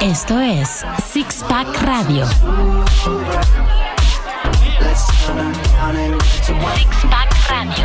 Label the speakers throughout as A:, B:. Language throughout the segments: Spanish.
A: Esto es Six Pack Radio. Six Pack Radio.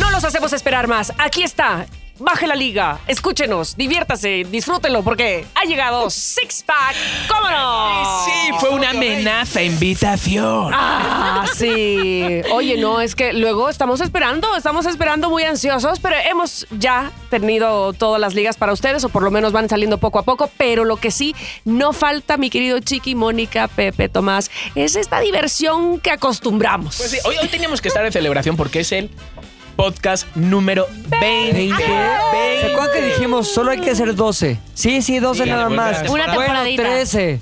B: No los hacemos esperar más. Aquí está. Baje la liga, escúchenos, diviértase, disfrútenlo porque ha llegado Six Pack. ¿Cómo no?
C: Sí, fue una amenaza, invitación.
B: Ah, sí. Oye, no, es que luego estamos esperando, estamos esperando muy ansiosos, pero hemos ya tenido todas las ligas para ustedes, o por lo menos van saliendo poco a poco, pero lo que sí no falta, mi querido Chiqui, Mónica, Pepe, Tomás, es esta diversión que acostumbramos.
C: Pues sí, hoy, hoy teníamos que estar de celebración porque es el podcast número 20.
D: ¿Se acuerdan que dijimos solo hay que hacer 12? Sí, sí, 12
C: Sí,
D: nada
C: bueno,
D: más.
C: una
D: bueno,
A: temporadita.
D: 13.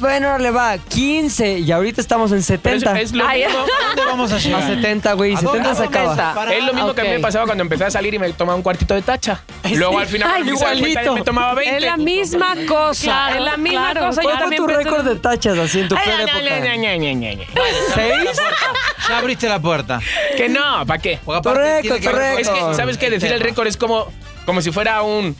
D: Bueno, le va 15 y ahorita estamos en
C: Pero es,
D: 70.
C: es lo
B: Ay,
C: mismo,
E: ¿Dónde vamos a
D: a
E: llegar?
D: 70, güey,
E: ¿A dónde
D: 70 se
E: vamos a
D: acaba.
E: parar?
C: es lo mismo que a mí me
B: Ok.
C: pasaba cuando empecé a salir y me tomaba un cuartito de tacha. Luego al final
D: Ay,
C: me hice la cuenta y
D: igualito.
C: me tomaba 20.
B: Es la misma cosa,
A: Claro,
B: es la misma
A: claro.
B: cosa. Yo
D: ¿Cuál fue
B: también
D: tu
B: pensé-
D: récord de tachas así en tu
C: Ay,
D: peor
C: ay,
D: época?
C: ay, ay, ay, ay, ay, ay.
D: ¿Seis?
E: Ya abriste la puerta.
C: Que no, ¿para qué?
E: Porque aparte
D: Torreco,
E: tiene que haber-
D: torreco.
C: Es que, ¿sabes qué? Decir el récord es como, como si fuera un.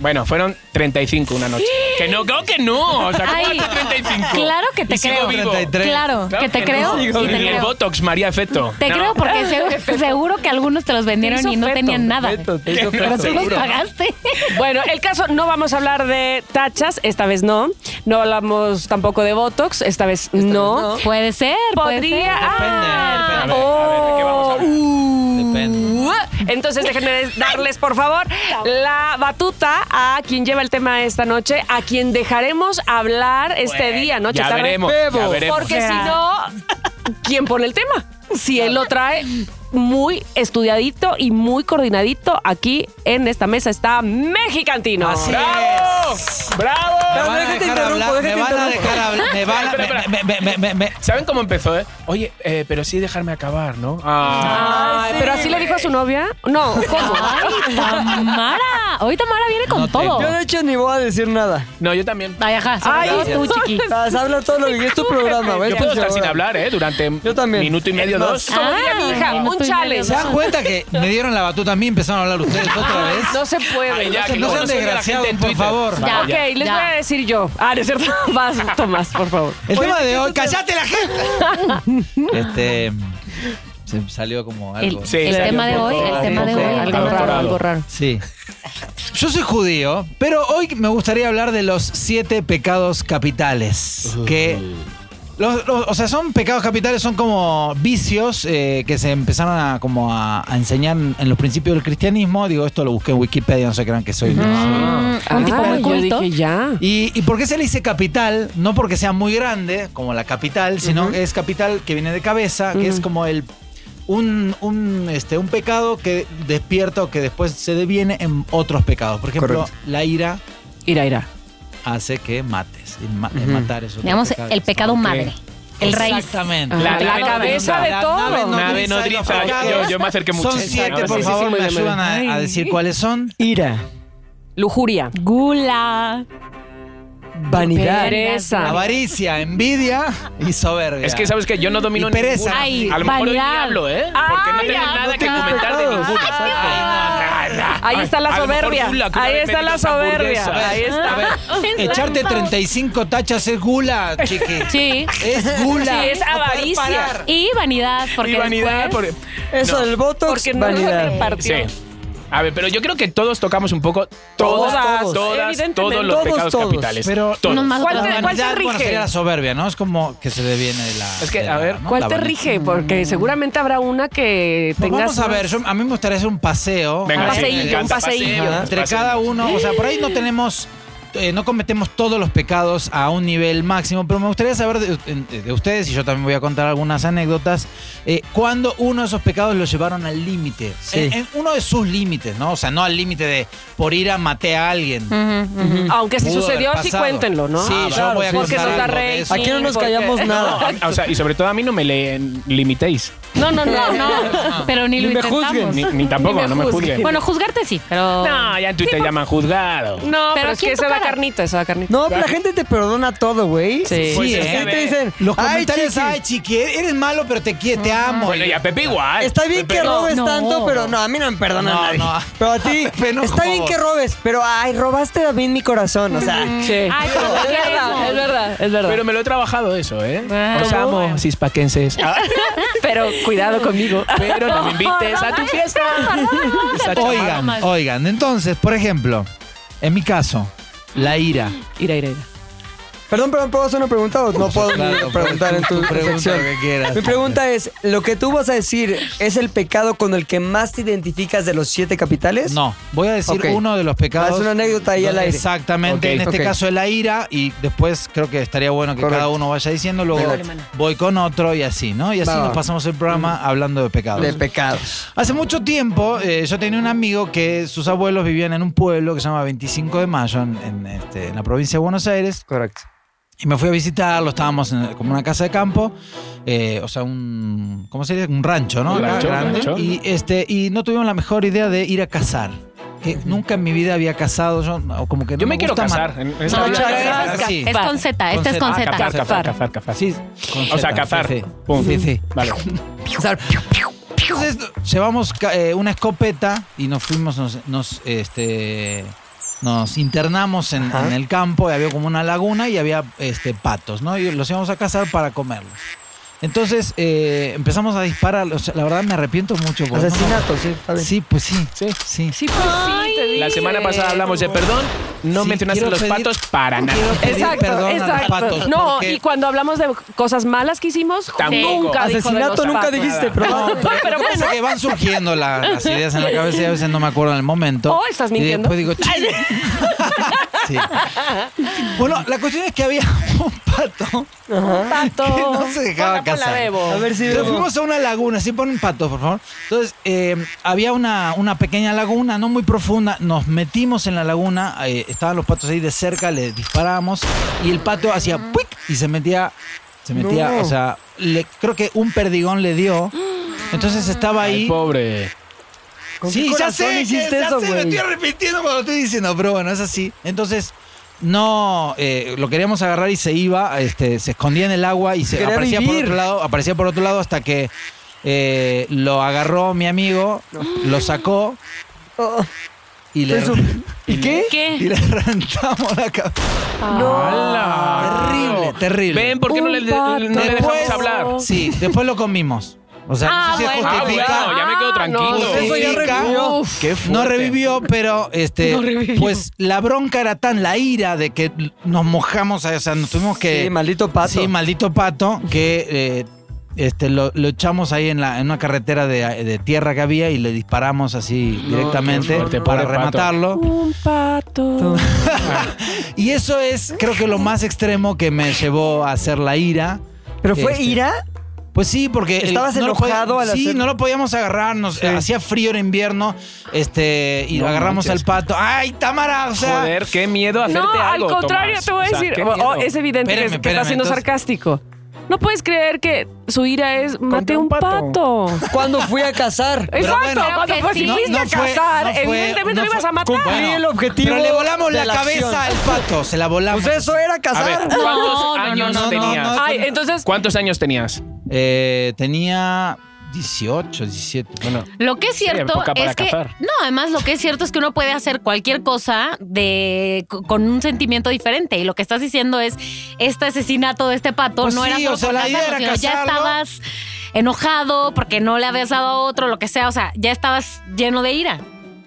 C: Bueno, fueron 35 una noche. Que no, creo que no. O sea, ¿cómo
A: Ay,
C: hasta 35?
A: claro que te
C: Y sigo
A: creo.
C: vivo.
E: 33.
A: Claro,
C: Claro
A: que te creo.
C: no.
A: y
C: Ni
A: te
C: el
A: creo.
C: Botox, María Feto.
A: Te
C: No.
A: creo porque se- seguro que algunos te los vendieron
B: Te hizo
A: y no
B: feto,
A: tenían nada.
D: Beto, te hizo
C: Que no
A: Pero
D: fresa.
A: tú los
C: Seguro.
A: pagaste.
B: Bueno, el caso, no vamos a hablar de tachas, esta vez no. No hablamos tampoco de Botox, esta vez no.
A: Puede ser, puede
B: Podría.
A: ser.
B: Ah,
C: A ver, a ver, ¿de qué vamos a hablar?
B: uh, Entonces déjenme des- darles, por favor, la batuta a quien lleva el tema esta noche, a quien dejaremos hablar este día, ¿no?
C: Ya
B: Chatarra?
C: veremos, ya veremos.
B: Porque
A: O sea.
B: si no, ¿quién pone el tema? Si él lo trae muy estudiadito y muy coordinadito, aquí en esta mesa está Mexicantino.
D: Así
C: ¡Bravo!
D: Me
C: ¡Bravo!
D: van a dejar
E: Me van a dejar
D: hablar,
E: hablar, me van a
D: interrumpo.
E: dejar hablar, me van a-
C: Espera, espera.
E: me- me- me- me- me-
C: ¿Saben cómo empezó, eh? Oye, eh, pero sí dejarme acabar, ¿no? Ah.
B: Ay, pero así le dijo a su novia. No, ¿cómo?
A: Ay, Tamara. Hoy Tamara viene con
E: No
A: todo.
E: tengo.
D: Yo de hecho ni voy a decir nada.
C: No, yo también.
A: Ay, ajá, sobre
B: Ay,
A: todo tú, chiqui.
D: Vas, habla todo lo que es tu programa, güey.
C: Yo puedo estar sin hablar, ¿eh? Durante
D: Yo también.
C: minuto y medio,
D: Es más,
C: dos.
B: Como diría mi hija,
A: Ah,
B: un
A: no
B: challenge.
E: ¿Se dan cuenta que me dieron la batuta a mí y empezaron a hablar ustedes otra
D: Ah,
E: vez?
B: No se puede.
C: Ay, ya,
B: no se-
C: que
E: no
C: luego nos
E: sean
C: oiga la
E: desgraciados,
C: gente en
E: por
C: Twitter.
E: favor.
A: Ya.
B: ok, les
A: ya.
B: voy a decir yo. Ah, no es cierto. Vas, Tomás, por favor.
E: El tema de hoy, ¡cállate la gente! Este. Se salió como algo.
A: El,
C: Sí,
A: el
C: salió
A: tema de
C: un
A: hoy,
C: poco-
A: el tema de
D: un
A: hoy,
D: poco
A: el tema de hoy,
C: raro.
A: algo raro.
E: Sí. Yo soy judío, pero hoy me gustaría hablar de los siete pecados capitales. Que. los- los- o sea, son pecados capitales, son como vicios eh, que se empezaron a, como a, a enseñar en los principios del cristianismo. Digo, esto lo busqué en Wikipedia, no se crean que soy.
B: Ah.
A: Mm, un tipo muy
B: yo
A: culto.
B: dije ya.
E: ¿Y, ¿Y por qué se le dice capital? No porque sea muy grande, como la capital, sino que es capital que viene de cabeza, que es como el un, un, este, un pecado que despierta o que después se deviene en otros pecados. Por ejemplo,
D: Correcto.
E: la ira
B: Ira, ira.
E: hace que mates. El, ma- el matar es otro
A: Digamos,
E: pecado.
A: el pecado madre. El raíz.
E: Exactamente.
B: La,
A: Ajá.
B: la
A: La
B: cabeza de
E: nave
B: todo.
E: no-
C: Nave nodriza. Yo, yo me acerqué mucho.
E: Son siete, por
B: sí, sí, sí,
E: favor, me
B: me- me-
E: ayudan a, a
B: Ay.
E: decir cuáles son.
D: Ira,
B: Lujuria.
A: Gula.
D: vanidad,
B: Pereza.
E: Avaricia, envidia y soberbia.
C: Es que sabes que yo no domino
E: Y pereza.
C: ninguno.
A: Ay,
C: A lo mejor hoy ni
A: vanidad.
C: hablo, ¿eh? Porque no
B: Ay,
C: tengo
B: ya,
C: nada
B: no
C: que
B: tienes
C: comentar de
B: pecados.
C: ninguno.
B: Ay,
C: Ay,
B: Ahí está la
C: a lo mejor
B: soberbia.
C: Gula, que una
B: Ahí
C: vez me
B: está
C: dio
B: la
C: unas hamburguesas.
B: soberbia. Ahí está.
E: A ver, Echarte 35 tachas es gula, chiqui.
A: Sí.
E: Es gula.
B: Sí, es
E: No poder
B: avaricia.
E: parar.
A: Y vanidad, porque
C: Y vanidad.
A: después-
C: porque-
D: Eso
C: No.
D: del botox,
B: Porque no lo
D: vanidad.
B: repartió.
C: Sí. A ver, pero yo creo que todos tocamos un poco todas,
B: Todas,
C: todas,
B: evidentemente.
C: todos los
D: Todos,
C: pecados
D: todos,
C: capitales.
E: pero-
C: Todos.
A: Unos más,
B: ¿Cuál
A: otros
B: te-
A: menos.
B: cuál te
E: Vanidad, bueno,
B: rige?
E: sería la soberbia, ¿no? Es como que se deviene de la.
C: Es que,
E: de
C: a
E: la-
C: ver,
E: ¿no?
B: ¿Cuál
E: La
B: te
E: vanidad.
B: rige? Porque seguramente habrá una que
E: Mm. Pues
B: tengas.
E: vamos a ver, yo- a mí me gustaría hacer un paseo.
C: Venga,
B: Un
C: sí,
B: paseillo,
C: me encanta,
B: un paseillo.
C: paseo,
E: Entre
C: paseo.
E: cada uno, o sea, por ahí no tenemos, eh, no cometemos todos los pecados a un nivel máximo, pero me gustaría saber de, de ustedes, y yo también voy a contar algunas anécdotas, eh, cuando uno de esos pecados lo llevaron al límite.
D: Sí.
E: En, en uno de sus límites, ¿no? O sea, no al límite de por ir a maté a alguien.
B: Mm.
A: Ujú, ujú.
B: Aunque si
E: Pudo haber
B: sucedió, sí
E: pasado.
B: cuéntenlo, ¿no?
E: Sí,
B: Ah,
E: yo
B: claro,
E: voy a
B: Porque
E: contar
B: nos da
E: algo de
B: rey.
E: eso.
D: Aquí no nos
B: porque-
D: callamos nada.
C: O sea, y sobre todo a mí no me le- limitéis.
A: No, no, no, no. Pero ni lo
D: Ni me juzguen,
A: intentamos.
C: Ni, ni tampoco, no me juzguen.
A: Bueno, juzgarte sí, pero.
C: no, ya en Twitter llaman juzgado.
B: No, pero,
A: Pero
B: es
A: ¿quién
B: que se da
A: tocará?
B: carnita, se da carnita.
D: No, pero la gente te perdona todo, güey.
B: Sí.
E: Sí,
C: Pues es
E: ¿eh?
C: que
D: te dicen,
E: Los
D: "Ay,
E: comentarios,
D: chiqui".
E: ay, chiqui, eres malo, pero te, qui- te amo.
C: Bueno, y a Pepe igual.
D: Está bien
C: Pepe-
D: que robes
A: no.
D: tanto, pero no, a mí no me perdona
E: No,
D: nadie.
E: no.
D: Pero a ti,
E: Pepe, no
D: está bien
E: jodas.
D: que robes, pero ay, robaste a mí mi corazón, o sea.
E: Mm.
B: Sí.
A: Ay, pero
B: es
A: ¿qué
B: verdad,
A: queremos?
B: es verdad, es verdad.
C: Pero me lo he trabajado eso, ¿eh?
A: Ah,
C: Os
A: no.
C: amo, cispaquenses. Ah,
B: Pero cuidado conmigo.
C: Pero no me invites a tu fiesta. Esa chava-
E: Oigan, oigan, entonces, por ejemplo, en mi caso, la ira.
B: Ira, ira, ira.
D: Perdón, perdón, ¿puedo hacer una pregunta o no puedo
E: Claro,
D: ni preguntar en tu,
E: tú pregunta
D: sección?
E: lo que quieras.
D: Mi pregunta es, ¿lo que tú vas a decir es el pecado con el que más te identificas de los siete capitales?
E: No, voy a decir
D: Ok.
E: uno de los pecados.
D: Haz una anécdota ahí al aire.
E: Exactamente,
C: Ok.
E: en este
D: Ok.
E: caso de la ira y después creo que estaría bueno que
D: Correcto.
E: cada uno vaya diciendo, luego
D: Correcto.
E: voy con otro y así, ¿no? Y así
D: Va, va.
E: nos pasamos el programa hablando de pecados.
D: De pecados.
E: Hace mucho tiempo eh, yo tenía un amigo que sus abuelos vivían en un pueblo que se llama 25 de Mayo, en, en, este, en la provincia de Buenos Aires,
D: Correcto.
E: y me fui a visitarlo, estábamos en como una casa de campo, eh, o sea, un, ¿cómo sería? Un rancho, ¿no?
C: Un
E: Acá,
C: rancho, un rancho.
E: Y, este, y no tuvimos la mejor idea de ir a cazar. Que nunca en mi vida había cazado, yo no, como que no
C: Yo me quiero
E: gusta ma-
C: casar. En esta
A: No,
C: vida-
A: no, no,
E: Ah, sí.
A: Es con Z, este es con
E: Ah,
A: Z.
C: Cazar, cazar, cazar, cazar.
E: Sí,
C: O sea, cazar. Pum.
E: Sí, sí.
C: Vale.
E: Entonces, llevamos ca- eh, una escopeta y nos fuimos, nos, nos, este, nos internamos en, en el campo y había como una laguna y había este, patos, ¿no? Y los íbamos a cazar para comerlos. Entonces eh, empezamos a disparar. O sea, la verdad me arrepiento mucho. porque no-
D: Asesinato, sí, está bien.
E: Sí, pues sí.
C: Sí.
E: Sí.
B: Sí, pues sí, te
C: La
B: dije.
C: semana pasada hablamos de perdón. No
E: Sí,
C: mencionaste
E: quiero
C: los
E: pedir-
C: patos para nada.
E: Quiero pedir
B: Exacto,
E: perdón a los
B: exacto.
E: patos,
B: no,
E: porque-
B: y cuando hablamos de cosas malas que hicimos,
C: Tampoco.
B: nunca dijo de
D: Asesinato
B: los
D: nunca
B: patos.
D: dijiste,
E: No,
D: perdón.
E: pero,
B: Pero
E: lo que pasa es que van surgiendo la- las ideas en la cabeza y a veces no me acuerdo en el momento.
B: Oh, estás mintiendo.
E: Y después digo, "Ching". Sí. Bueno, la cuestión es que había un pato
B: Pato.
E: que no se dejaba
B: Hola, hola,
E: cazar.
B: Bebo.
D: A ver si
E: Entonces
D: veo.
E: fuimos a una laguna, sí ponen patos, por favor. Entonces, eh, había una, una pequeña laguna, no muy profunda. Nos metimos en la laguna, eh, estaban los patos ahí de cerca, le disparamos y el pato hacía ¡puic! y se metía, se metía,
D: No.
E: o sea, le, creo que un perdigón le dio. Entonces estaba
C: Ay,
E: ahí.
C: pobre.
D: ¿Con
E: Sí,
D: qué
E: ya
D: corazón
E: sé, que-
D: hiciste
E: ya
D: eso,
E: sé, me estoy
D: güey?
E: arrepintiendo cuando estoy diciendo, pero bueno, es así. Entonces, no, eh, lo queríamos agarrar y se iba, este, se escondía en el agua y se
D: Quería
E: aparecía por
D: vivir.
E: otro lado, aparecía por otro lado hasta que eh, lo agarró mi amigo, lo sacó
D: Oh,
E: y le,
D: Eso. Pues, ¿Y qué?
E: y
A: ¿Qué?
E: le reventamos la cabeza.
B: Ah.
C: ¡Hala!
E: Terrible, terrible. Pues,
C: Ven, ¿por qué no le,
B: Un
C: no le
B: pato.
C: dejamos
E: Después-
C: hablar?
E: Sí, después lo comimos. O sea,
A: Ah,
E: no sé si
A: bueno.
E: es
C: Ah,
E: justifica.
C: bueno, ya me quedo tranquilo.
E: Pues eso ya revivió.
B: Uf.
C: Qué fuerte.
E: No revivió, pero este,
B: No revivió.
E: pues la bronca era tan la ira de que nos mojamos, o sea, nos tuvimos que
D: Sí, maldito pato.
E: Sí, maldito pato, que eh, este, lo, lo echamos ahí en, la, en una carretera de, de tierra que había y le disparamos así
D: No,
E: directamente
C: qué fuerte,
E: para
C: pobre pato.
E: rematarlo.
B: Un pato.
E: Y eso es, creo que lo más extremo que me llevó a hacer la ira.
D: ¿Pero fue
E: Este,
D: ira?
E: Pues sí, porque... el-
D: ¿Estabas
E: lo
D: enojado
E: podía-
D: al
E: Sí,
D: hacer-
E: no lo podíamos agarrar, nos- hacía frío en invierno, este, y
C: No
E: agarramos
C: manches.
E: al pato. ¡Ay, Tamara! O sea,
C: Joder, qué miedo hacerte
B: No, al
C: algo,
B: contrario,
C: Tomás.
B: te voy a
C: O sea,
B: decir.
C: qué
B: oh,
C: miedo.
B: es evidente que, es-
E: Espérame,
B: que está
E: espérame,
B: siendo
E: entonces-
B: sarcástico. No puedes creer que su ira es maté
C: un
B: un
C: pato".
B: pato.
D: Cuando fui a cazar.
B: Exacto,
E: bueno,
B: cuando
A: creo
B: pues,
A: que sí.
B: fuiste
E: No,
B: a
E: no fue-
B: cazar,
E: no fue-
B: evidentemente
E: no
B: lo ibas
E: fue-
B: a matar.
E: Cumplí
D: el objetivo
E: Pero le volamos
D: de
E: la,
D: la
E: cabeza
D: acción.
E: al pato, se la volamos.
D: Pues eso era
C: A ver,
D: cazar.
C: ¿cuántos
A: No, no,
C: años
E: no, no,
C: tenías?
E: no, no.
B: Ay, entonces,
C: ¿Cuántos años tenías?
E: Eh, tenía 18, 17. Bueno,
A: Lo que es
C: Sí,
A: cierto
C: época para
A: es que.
C: cazar.
A: No, además, lo que es cierto es que uno puede hacer cualquier cosa de co- con un sentimiento diferente. Y lo que estás diciendo es: este asesinato de este pato
E: Pues
A: no era
E: sí,
A: solo
E: o sea,
A: por
E: la idea
A: cazarlo,
E: era
A: sino Ya
E: cazarlo.
A: estabas enojado porque no le habías dado a otro, lo que sea. O sea, ya estabas lleno de ira.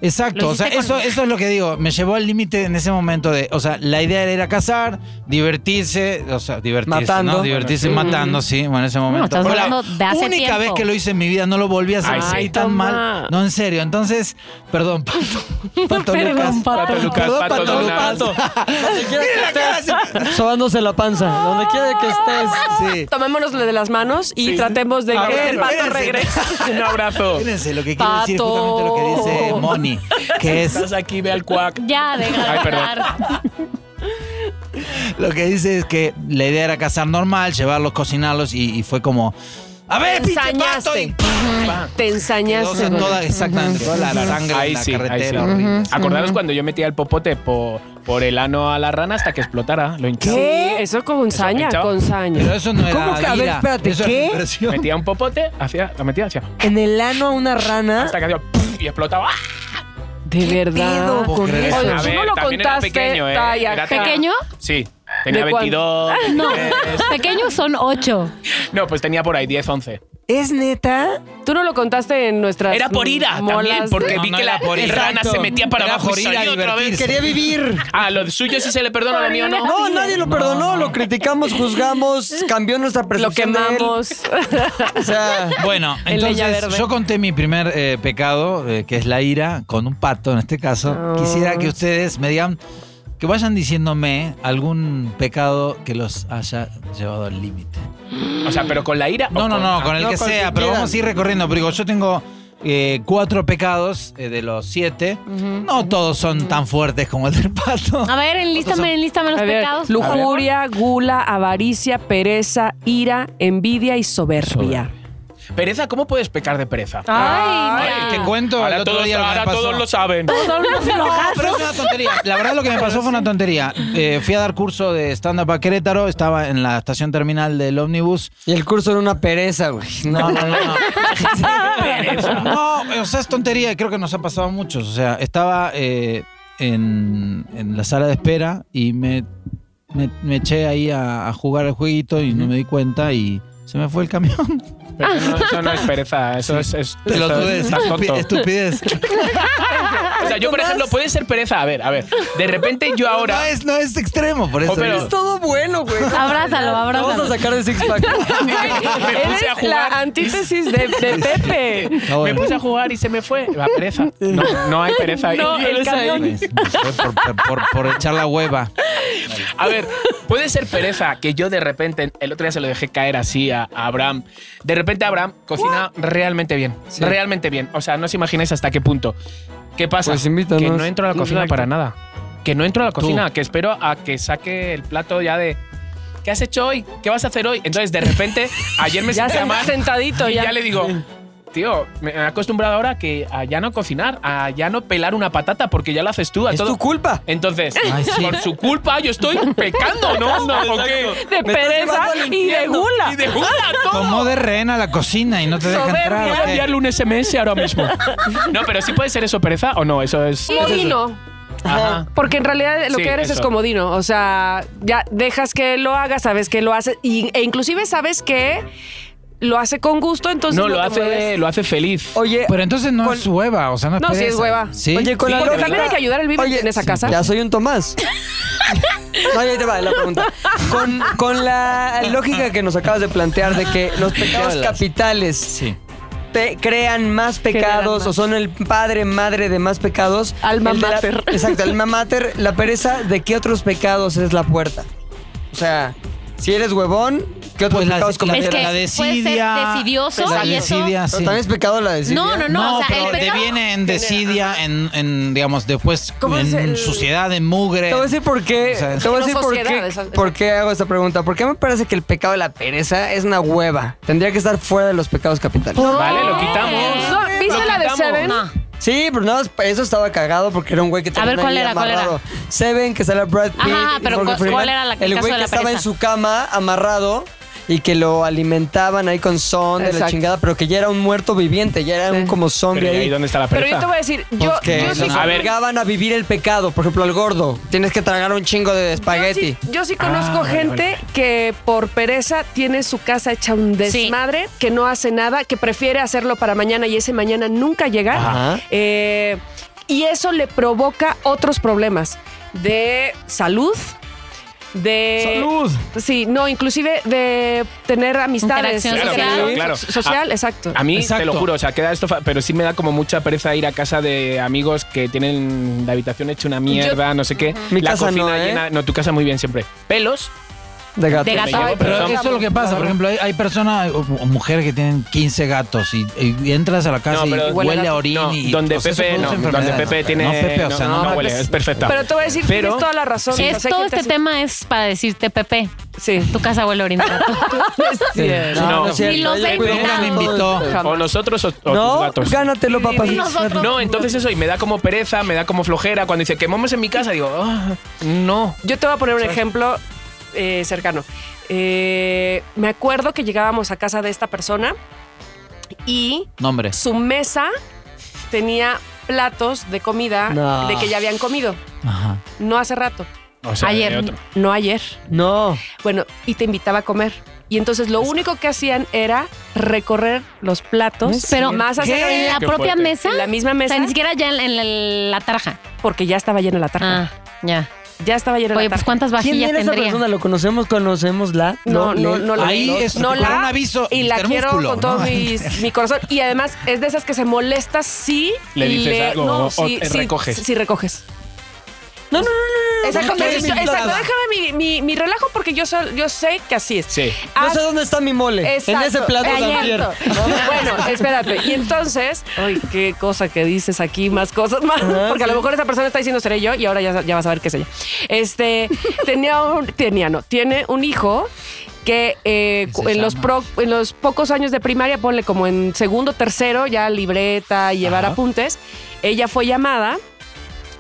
E: exacto.
A: Lo
E: O sea,
A: hiciste
E: eso,
A: con-
E: eso es lo que digo. Me llevó al límite en ese momento de. O sea, la idea era ir a cazar, divertirse. O sea, divertirse.
D: Matando.
E: ¿no? Divertirse
C: Bueno,
E: matando, sí. Bueno, en ese momento.
A: estamos
E: Fue la
A: hablando de hace
E: única
A: tiempo.
E: vez que lo hice en mi vida, no lo volví a hacer.
C: Ay, sí.
E: Ay, tan
B: Toma.
E: mal. No, en serio. Entonces, perdón, pato. Pato Lucas.
A: Perdón, pato.
C: Pato Lucas,
E: Perdón,
C: Pato
E: Pato
C: Donald.
E: Lucas.
D: Donde quiera que estés. Sobándose la panza. Donde quiera que estés.
E: Sí.
B: tomémonos ah, de las manos y tratemos de
E: A
B: que
E: ver,
B: el pato
E: espérense.
B: regrese.
C: Un abrazo.
E: Fíjense lo que quiero decir,
B: Pato.
E: justamente lo que dice Moni, que es
C: Estás aquí, ve al cuac.
A: Ya, de
C: Ay, perdón.
A: ganar.
E: Lo que dice es que la idea era cazar normal, llevarlos, cocinarlos y, y fue como A ver, pinche pato.
B: ensañaste.
E: Y ¡pam! ¡pam!
B: Te
E: Quedó
B: ensañaste.
E: esa
B: güey.
E: toda, exactamente, toda la sangre
C: Ahí
E: en la
C: sí, ahí sí.
E: carretera. horrible.
C: Acordaros cuando yo metía el popote po- por el ano a la rana hasta que explotara, lo hinchaba.
B: ¿Qué? Eso con saña,
C: chao.
B: con
E: Pero
B: saña.
E: eso no era
D: ¿Cómo que? A ver,
E: ira,
D: espérate,
E: eso era
D: ¿qué?
E: impresión.
C: Metía un popote, hacía, lo metía hacia,
D: En el ano a una rana.
C: hasta que hacía ¡pum! y explotaba. ¡Ah!
B: De verdad.
E: puedo creer
B: Oye,
E: eso.
C: A
B: tú
C: ver,
B: no lo
C: también era
B: contaste.
C: pequeño, ¿eh?
B: Ay,
C: Era
B: acá.
A: ¿Pequeño?
C: Sí, tenía
B: ¿De cuánto?
C: 22.
A: No,
C: tres.
A: pequeños son ocho.
C: No, pues tenía por ahí 10, 11.
D: ¿Es neta?
B: Tú no lo contaste en nuestras
C: Era por ira
B: molas
C: también, porque
E: No,
C: vi
E: no
C: que
E: era
C: la
E: por ira.
C: rana
E: Exacto.
C: se metía para
E: Era
C: abajo
E: por
C: y
E: ira,
C: salió otra vez.
E: divertirse.
D: Quería vivir.
C: Ah, lo suyo sí se le perdona, lo mío no.
D: No, nadie lo perdonó. Lo criticamos, juzgamos, cambió nuestra
B: lo
D: percepción. de él.
B: quemamos.
D: O sea,
E: Bueno,
B: El leña
E: entonces
B: verde.
E: yo conté mi primer eh, pecado, eh, que es la ira, con un pato en este caso. Quisiera que ustedes me digan, que vayan diciéndome algún pecado que los haya llevado al límite.
C: O sea, pero con la ira. o
E: No, no,
C: con-
E: no, con el
D: no,
E: que
D: con el
E: sea,
D: que
E: pero
D: quieran.
E: vamos a ir recorriendo. Pero digo, yo tengo eh, cuatro pecados eh, de los siete. No todos son tan fuertes como el del pato.
A: A ver, enlístame, enlístame los
B: A ver,
A: pecados. por favor.
B: lujuria, gula, avaricia, pereza, ira, envidia y soberbia.
C: Pereza, ¿cómo puedes pecar de pereza?
A: Ah, Ay,
E: Ay,
A: mira.
E: te cuento, el
C: Ahora,
E: otro
C: todos,
E: día lo que me
C: ahora
E: pasó.
C: todos lo saben.
E: No, pero es una tontería. La verdad lo que me pasó fue una tontería. Eh, fui a dar curso de stand-up a Querétaro, estaba en la estación terminal del ómnibus.
D: y el curso era una pereza, güey. No,
E: No, no, no. No, o sea, es tontería, creo que nos ha pasado a muchos. O sea, estaba eh, en, en la sala de espera y me, me, me eché ahí a, a jugar al jueguito y no me di cuenta y se me fue el camión.
C: Pero no, eso no es pereza, eso es. es
E: Te lo
C: eso
E: tuve
C: es-
E: decir,
C: estás tonto.
E: estupidez.
B: Ah,
C: O sea, yo, por ejemplo, puede ser pereza. A ver, a ver. De repente yo ahora.
E: No es, no es extremo, por eso.
C: Oh, pero-
E: digo.
D: es todo bueno, güey.
A: Abrázalo,
D: Lo Vamos a
A: abrázalo.
D: sacar de six pack.
C: me puse a
B: Eres
C: jugar.
B: la antítesis de, de Pepe.
E: Está bueno.
C: Me puse a jugar y se me fue. La pereza. No, no hay pereza.
B: No,
C: Y yo
B: el
C: les-
B: camión.
E: Pues, fue por, por- por- por echar la hueva.
C: A ver, puede ser pereza que yo de repente, el otro día se lo dejé caer así a, a Abraham. De repente Abraham cocina realmente bien. Realmente bien. O sea, no os imagináis hasta qué punto. ¿Qué pasa?
D: Pues invítanos.
C: Que no entro a la cocina
B: Exacto.
C: para nada. Que no entro a la cocina, que espero a que saque el plato ya de. ¿Qué has hecho hoy? ¿Qué vas a hacer hoy? Entonces, de repente, ayer me
B: Ya
C: senté
B: sen-
C: mal
B: sentadito,
C: y
B: ya.
C: ya. le digo, tío, me he acostumbrado ahora que a ya no cocinar, a ya no pelar una patata porque ya la haces tú. A
D: Es
C: todo.
D: tu culpa.
C: Entonces,
E: Ay, sí.
C: por su culpa yo estoy pecando, ¿no? ¿O qué?
B: De
D: Me estás llevando
B: pereza
D: al
B: y de
D: infierno.
B: gula.
C: Y de una todo.
E: Tomó de rehén a la cocina y no te deja
B: Soberbia.
E: entrar.
C: Voy
E: ¿o
C: a
E: qué?
C: enviarle un SMS ahora mismo. No, pero sí puede ser eso, pereza o no, eso es.
B: Comodino.
C: Ajá.
B: Porque en realidad lo
C: Sí,
B: que eres es
C: eso.
B: comodino. O sea, ya dejas que lo haga, sabes que lo hace. y- e inclusive sabes que lo hace con gusto, entonces.
C: No, lo
B: te
C: hace,
B: mueves.
C: lo hace feliz.
D: Oye,
E: Pero entonces no
D: Con-
E: es hueva, o sea, no es
B: No, sí es
E: pereza.
B: hueva.
E: Sí.
D: Oye, con la
B: Porque
D: lógica-
B: también hay que ayudar al vive
D: Oye,
B: en esa casa.
D: Ya soy un Tomás. No, ya te va la pregunta. Con, con la lógica que nos acabas de plantear de que los pecados capitales
E: Sí.
D: pe- crean más pecados
B: más.
D: o son el padre, madre de más pecados.
B: Alma
D: el de la-
B: mater.
D: exacto, alma mater. La pereza, ¿de qué otros pecados es la puerta? O sea, si eres huevón, ¿qué otros
E: Pues la,
D: pecados
E: la,
D: cometes?
A: Es que
E: la
A: puede ser
E: desidia.
A: desidioso
E: la
A: y eso-
E: desidia,
D: Pero
E: sí.
D: también es pecado la decisión.
A: No, no, no.
E: No,
A: o sea,
E: pero
A: el pecado.
E: deviene en desidia, en, en, digamos, después
B: ¿Cómo es
E: en
B: el-
E: suciedad, en mugre.
D: Te voy a decir por qué.
E: O sea,
D: te voy
B: Pero
D: a decir por
B: sociedad,
D: qué,
B: esa- esa-
D: por qué hago esta pregunta. Porque me parece que el pecado de la pereza es una hueva. Tendría que estar fuera de los pecados capitales.
C: Vale, lo quitamos.
B: No, ¿Viste
C: Lo
B: la de
C: quitamos.
B: Seven?
A: No.
D: Sí, pero nada, más, eso estaba cagado porque era un güey que tenía
A: ver, ¿cuál era, cuál era?
D: Seven, que sale Brad Pitt.
A: Ajá,
D: y
A: pero
D: Morgan
A: ¿cuál-
D: Freeman.
A: cuál era la- el
D: El
A: caso
D: güey
A: de
D: que
A: la
D: estaba en
A: pereza?
D: su cama amarrado y que lo alimentaban ahí con son de la
B: Exacto.
D: chingada, pero que ya era un muerto viviente, ya era un como zombie
C: Pero ¿y ahí
D: ahí.
C: dónde está la
B: Pero
C: pereza?
B: yo te voy a decir, yo,
D: Pues que
B: yo sí,
D: los
C: A ver.
D: obligaban a vivir el pecado. Por ejemplo, al gordo. Tienes que tragar un chingo de
B: yo
D: espagueti.
B: sí, yo
C: Ah,
B: sí conozco gente que por pereza tiene su casa hecha un desmadre, que no hace nada, que prefiere hacerlo para mañana y ese mañana nunca llega.
D: Ajá.
B: Eh, y eso le provoca otros problemas de salud, de...
C: Salud.
B: Sí, no, inclusive de tener amistades.
A: Interacción Claro, social.
C: claro, claro.
B: Social,
C: Ah,
B: exacto.
C: A mí, te
E: Exacto.
C: lo juro, o sea, queda esto, fa- pero sí me da como mucha pereza ir a casa de amigos que tienen la habitación hecha una mierda, no sé qué.
D: Mi
C: la
D: casa
C: cocina
D: no, ¿eh?
C: llena. No, tu casa muy bien siempre. Pelos.
D: De gato.
A: De gato.
C: llevo,
A: Ay,
E: Pero
C: Pero
E: eso
C: son-
E: es lo que pasa. Por ejemplo, hay, hay personas o, o mujeres que tienen 15 gatos y, y entras a la casa
C: No,
E: y
C: pero-
E: huele,
C: huele
E: a orín.
C: No,
E: y,
C: donde
E: o sea, eso
C: Pepe, no,
E: produce
C: donde
E: enfermedades.
C: Pepe tiene.
E: No, Pepe, o sea, no.
C: no,
B: no,
C: huele,
B: pues-
C: es perfecta.
B: Pero te voy a decir,
C: Pero-
B: tienes toda la razón.
A: Es,
B: O sea, hay
A: todo
B: gente
A: este
B: así-
A: tema es para decirte, Pepe,
B: Sí.
A: tu casa huele a orina.
B: Es cierto.
C: No, no.
A: Ni los he
E: Nunca me invitó.
C: o nosotros o, o
D: No,
C: tus gatos.
D: gánatelo, papá.
A: Nosotros.
C: No, entonces eso, y me da como pereza, me da como flojera. Cuando dice quemamos en mi casa, digo, "Ah, no.
B: Yo te voy a poner un ejemplo eh, cercano. Eh, me acuerdo que llegábamos a casa de esta persona y
E: Nombre.
B: su mesa tenía platos de comida
D: No.
B: de que ya habían comido.
E: Ajá.
B: No hace rato,
C: O sea,
A: Ayer.
C: de otro.
B: no ayer.
D: No.
B: Bueno, y te invitaba a comer. Y entonces lo único que hacían era recorrer los platos
A: Pero
B: más hacia la
A: en
B: orilla,
A: la
C: Qué
A: propia
C: fuerte.
A: mesa.
B: en la misma
A: O
B: mesa
A: sea, ni siquiera ya en, en la, la tarja.
B: porque ya estaba llena la tarta.
A: Ah, ya.
B: Ya estaba llena
A: Oye, pues
B: la tarta.
A: ¿cuántas
D: ¿Quién
A: vajillas
D: era esa
A: tendría?
D: persona? ¿Lo conocemos? ¿Conocemos la?
B: No, no, no la
E: Ahí
B: no,
E: es
B: no
E: por
B: la-
E: un aviso,
B: y la
E: Mr.
B: quiero
E: Músculo,
B: con todo
E: ¿no?
B: mis- mi corazón. Y además es de esas que se molesta si
C: Le dices algo o- o
B: si-
C: te
B: si-
C: recoges.
B: Si recoges.
D: No, no, no,
B: Esa
D: no,
B: conversación,
D: no, no, no,
B: exacto,
D: no.
B: déjame mi, mi- mi relajo porque yo, so- yo sé que así es.
C: Sí.
B: Ah,
D: No sé dónde está mi mole.
B: exacto,
D: En ese plato de
B: exacto.
D: antier.
B: Bueno, espérate. Y entonces, Ah, ay, qué cosa que dices aquí, más cosas más. Porque a lo mejor esa persona está diciendo seré yo y ahora ya, ya vas a ver qué es ella. Este, tenía un, tenía, no, tiene un hijo que eh,
E: ¿Qué
B: cu-
E: se
B: en, los
E: llama?
B: pro- en los pocos años de primaria, ponle como en segundo, tercero, ya libreta, llevar
E: Ajá.
B: apuntes, ella fue llamada.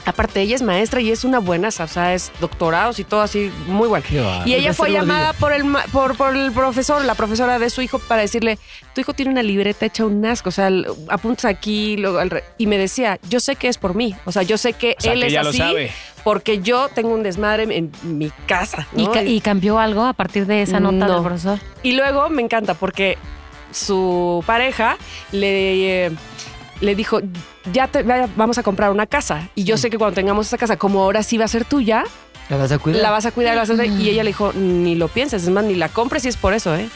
B: Aparte, ella es maestra y es una buena, o sea, es doctorados y todo así, muy buena.
E: Qué bárbaro.
B: Y ella
D: Iba a
B: fue
D: ser
B: llamada por el, ma- por, por el profesor, la profesora de su hijo, para decirle, tu hijo tiene una libreta hecha un asco, o sea, l- apuntas aquí, luego al re-". y me decía, yo sé que es por mí, o sea, yo sé que
C: O sea,
B: él
C: que
B: es
C: ya lo
B: así
C: sabe.
B: porque yo tengo un desmadre en, en mi casa.
A: ¿Y,
B: ¿no?
A: ca- y cambió algo a partir de esa nota
B: No.
A: del profesor?
B: Y luego me encanta porque su pareja le, eh, le dijo, ya te, vaya, vamos a comprar una casa. Y
C: Mm.
B: yo sé que cuando tengamos esa casa, como ahora sí va a ser tuya,
D: ¿La vas a cuidar?
B: la vas a cuidar. la vas a hacer. Y ella le dijo, ni lo pienses, es más, ni la compres y es por eso, ¿eh?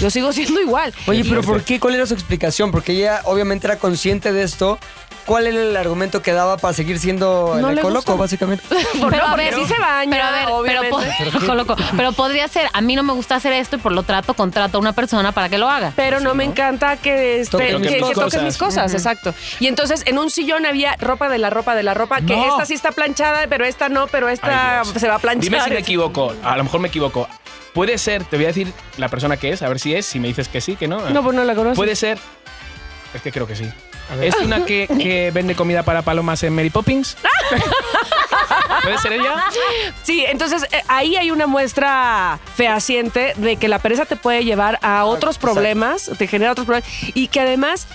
B: Yo sigo siendo igual.
D: Oye, pero ¿por qué? ¿Cuál era su explicación? Porque ella obviamente era consciente de esto. ¿Cuál era el argumento que daba para seguir siendo
B: No
D: el
B: le
D: ecoloco,
B: gusta.
D: básicamente?
B: Por- no, porque sí se baña,
A: pero a ver,
B: obviamente.
A: pero, pod- loco, loco. Pero podría ser, a mí no me gusta hacer esto y por lo trato, contrato a una persona para que lo haga.
B: pero no me encanta que, este,
D: Toquen
B: que-
C: mis
B: que
C: cosas.
B: toques mis cosas, exacto. Y entonces en un sillón había ropa de la ropa de la ropa, que
E: No.
B: esta sí está planchada, pero esta no, pero esta
C: Ay, Dios.
B: se va a planchar.
C: Dime si me equivoco. A lo mejor me equivoco. Puede ser, te voy a decir la persona que es, a ver si es, si me dices que sí, que no.
B: No, pues no la conozco.
C: Puede ser. Es que creo que sí. ¿Es una que, que vende comida para palomas en Mary Poppins? ¿Puede ser ella?
B: Sí, entonces eh, ahí hay una muestra fehaciente de que la pereza te puede llevar a otros
D: exacto.
B: problemas, te genera otros problemas y que además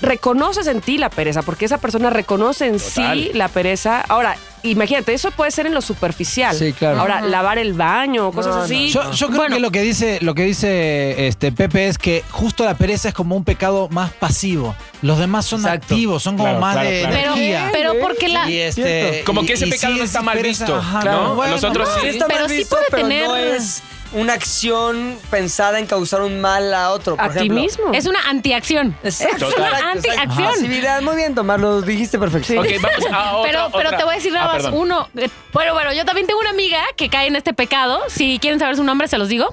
B: reconoces en ti la pereza, porque esa persona reconoce en sí
C: Total.
B: la pereza. Ahora, imagínate, eso puede ser en lo superficial.
D: Sí, claro.
B: Ahora, lavar el baño, cosas
D: No,
B: así.
E: Yo, yo creo que lo que dice, lo que dice este Pepe es que justo la pereza es como un pecado más pasivo. Los demás son
D: Exacto.
E: activos, son como
C: Claro,
E: más
C: claro,
E: de
C: claro.
A: Pero,
E: energía.
A: pero porque la.
E: y este,
C: Como
E: y-
C: que ese
E: y
C: pecado
E: sí
C: no
E: es
C: está mal
E: pereza,
C: visto,
E: ajá,
C: ¿no? Nosotros sí.
D: Sí está
A: Pero
D: mal
A: sí
D: visto,
A: puede
D: pero no
A: tener-
D: es una acción pensada en causar un mal a otro, por
B: a ti
D: ejemplo.
B: mismo.
A: Es una antiacción.
D: Exacto.
A: Es una
D: exacto, exacto.
A: antiacción.
D: Pasividad, muy bien, Tomás, lo dijiste perfecto.
C: Ok, vamos a Ah, otra,
A: pero, pero
C: otra.
A: te voy a decir nada
C: Ah,
A: más.
C: perdón.
A: Uno. eh, Bueno, bueno, yo también tengo una amiga que cae en este pecado. Si quieren saber su nombre, se los digo.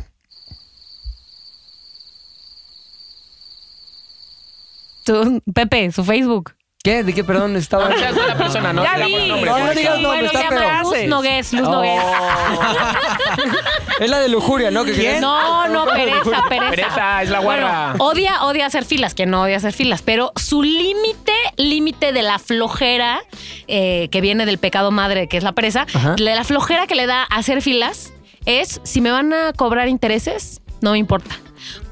A: Tú, Pepe, su Facebook.
D: ¿Qué? ¿De qué? Perdón, estaba...
C: No seas mala persona, ¿no?
B: Ya
C: Te la
B: vi.
C: pongo nombre,
D: No, no
C: Mónica. Oh.
D: digas nombre,
A: bueno, se
D: está
A: llama
D: peor.
A: Luz Nogués, Luz Nogués.
D: Oh. Es la de lujuria, ¿no? ¿Que querías-
A: No, no, pereza, pereza.
C: Pereza, es la guarra.
A: Bueno, odia, odia hacer filas, que no odia hacer filas, pero su límite, límite de la flojera eh, que viene del pecado madre, que es la pereza,
D: Ajá.
A: de la flojera que le da hacer filas es si me van a cobrar intereses, no me importa.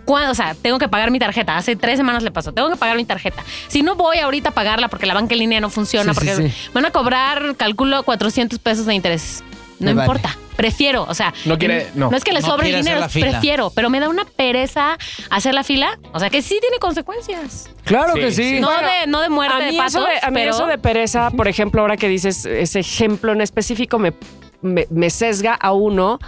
A: Cuando, o sea, tengo que pagar mi tarjeta. Hace tres semanas le pasó. Tengo que pagar mi tarjeta. Si no voy ahorita a pagarla porque la banca en línea no funciona,
D: Sí, sí,
A: porque
D: sí.
A: me van a cobrar, calculo, 400 pesos de intereses. No
D: Me vale.
A: importa. Prefiero, o sea.
C: No quiere- no.
A: es que le
E: No
A: sobre el
E: quiere hacer
A: dinero,
E: la
A: es
E: fila.
A: prefiero, pero me da una pereza hacer la fila. O sea, que sí tiene consecuencias.
D: Claro que
C: Sí,
D: sí.
C: sí.
A: No,
B: Bueno,
A: de, no de muerte
B: a mí,
A: de patos,
B: eso, de, a mí
A: pero...
B: eso de pereza, por ejemplo, ahora que dices ese ejemplo en específico, me, me- me sesga a uno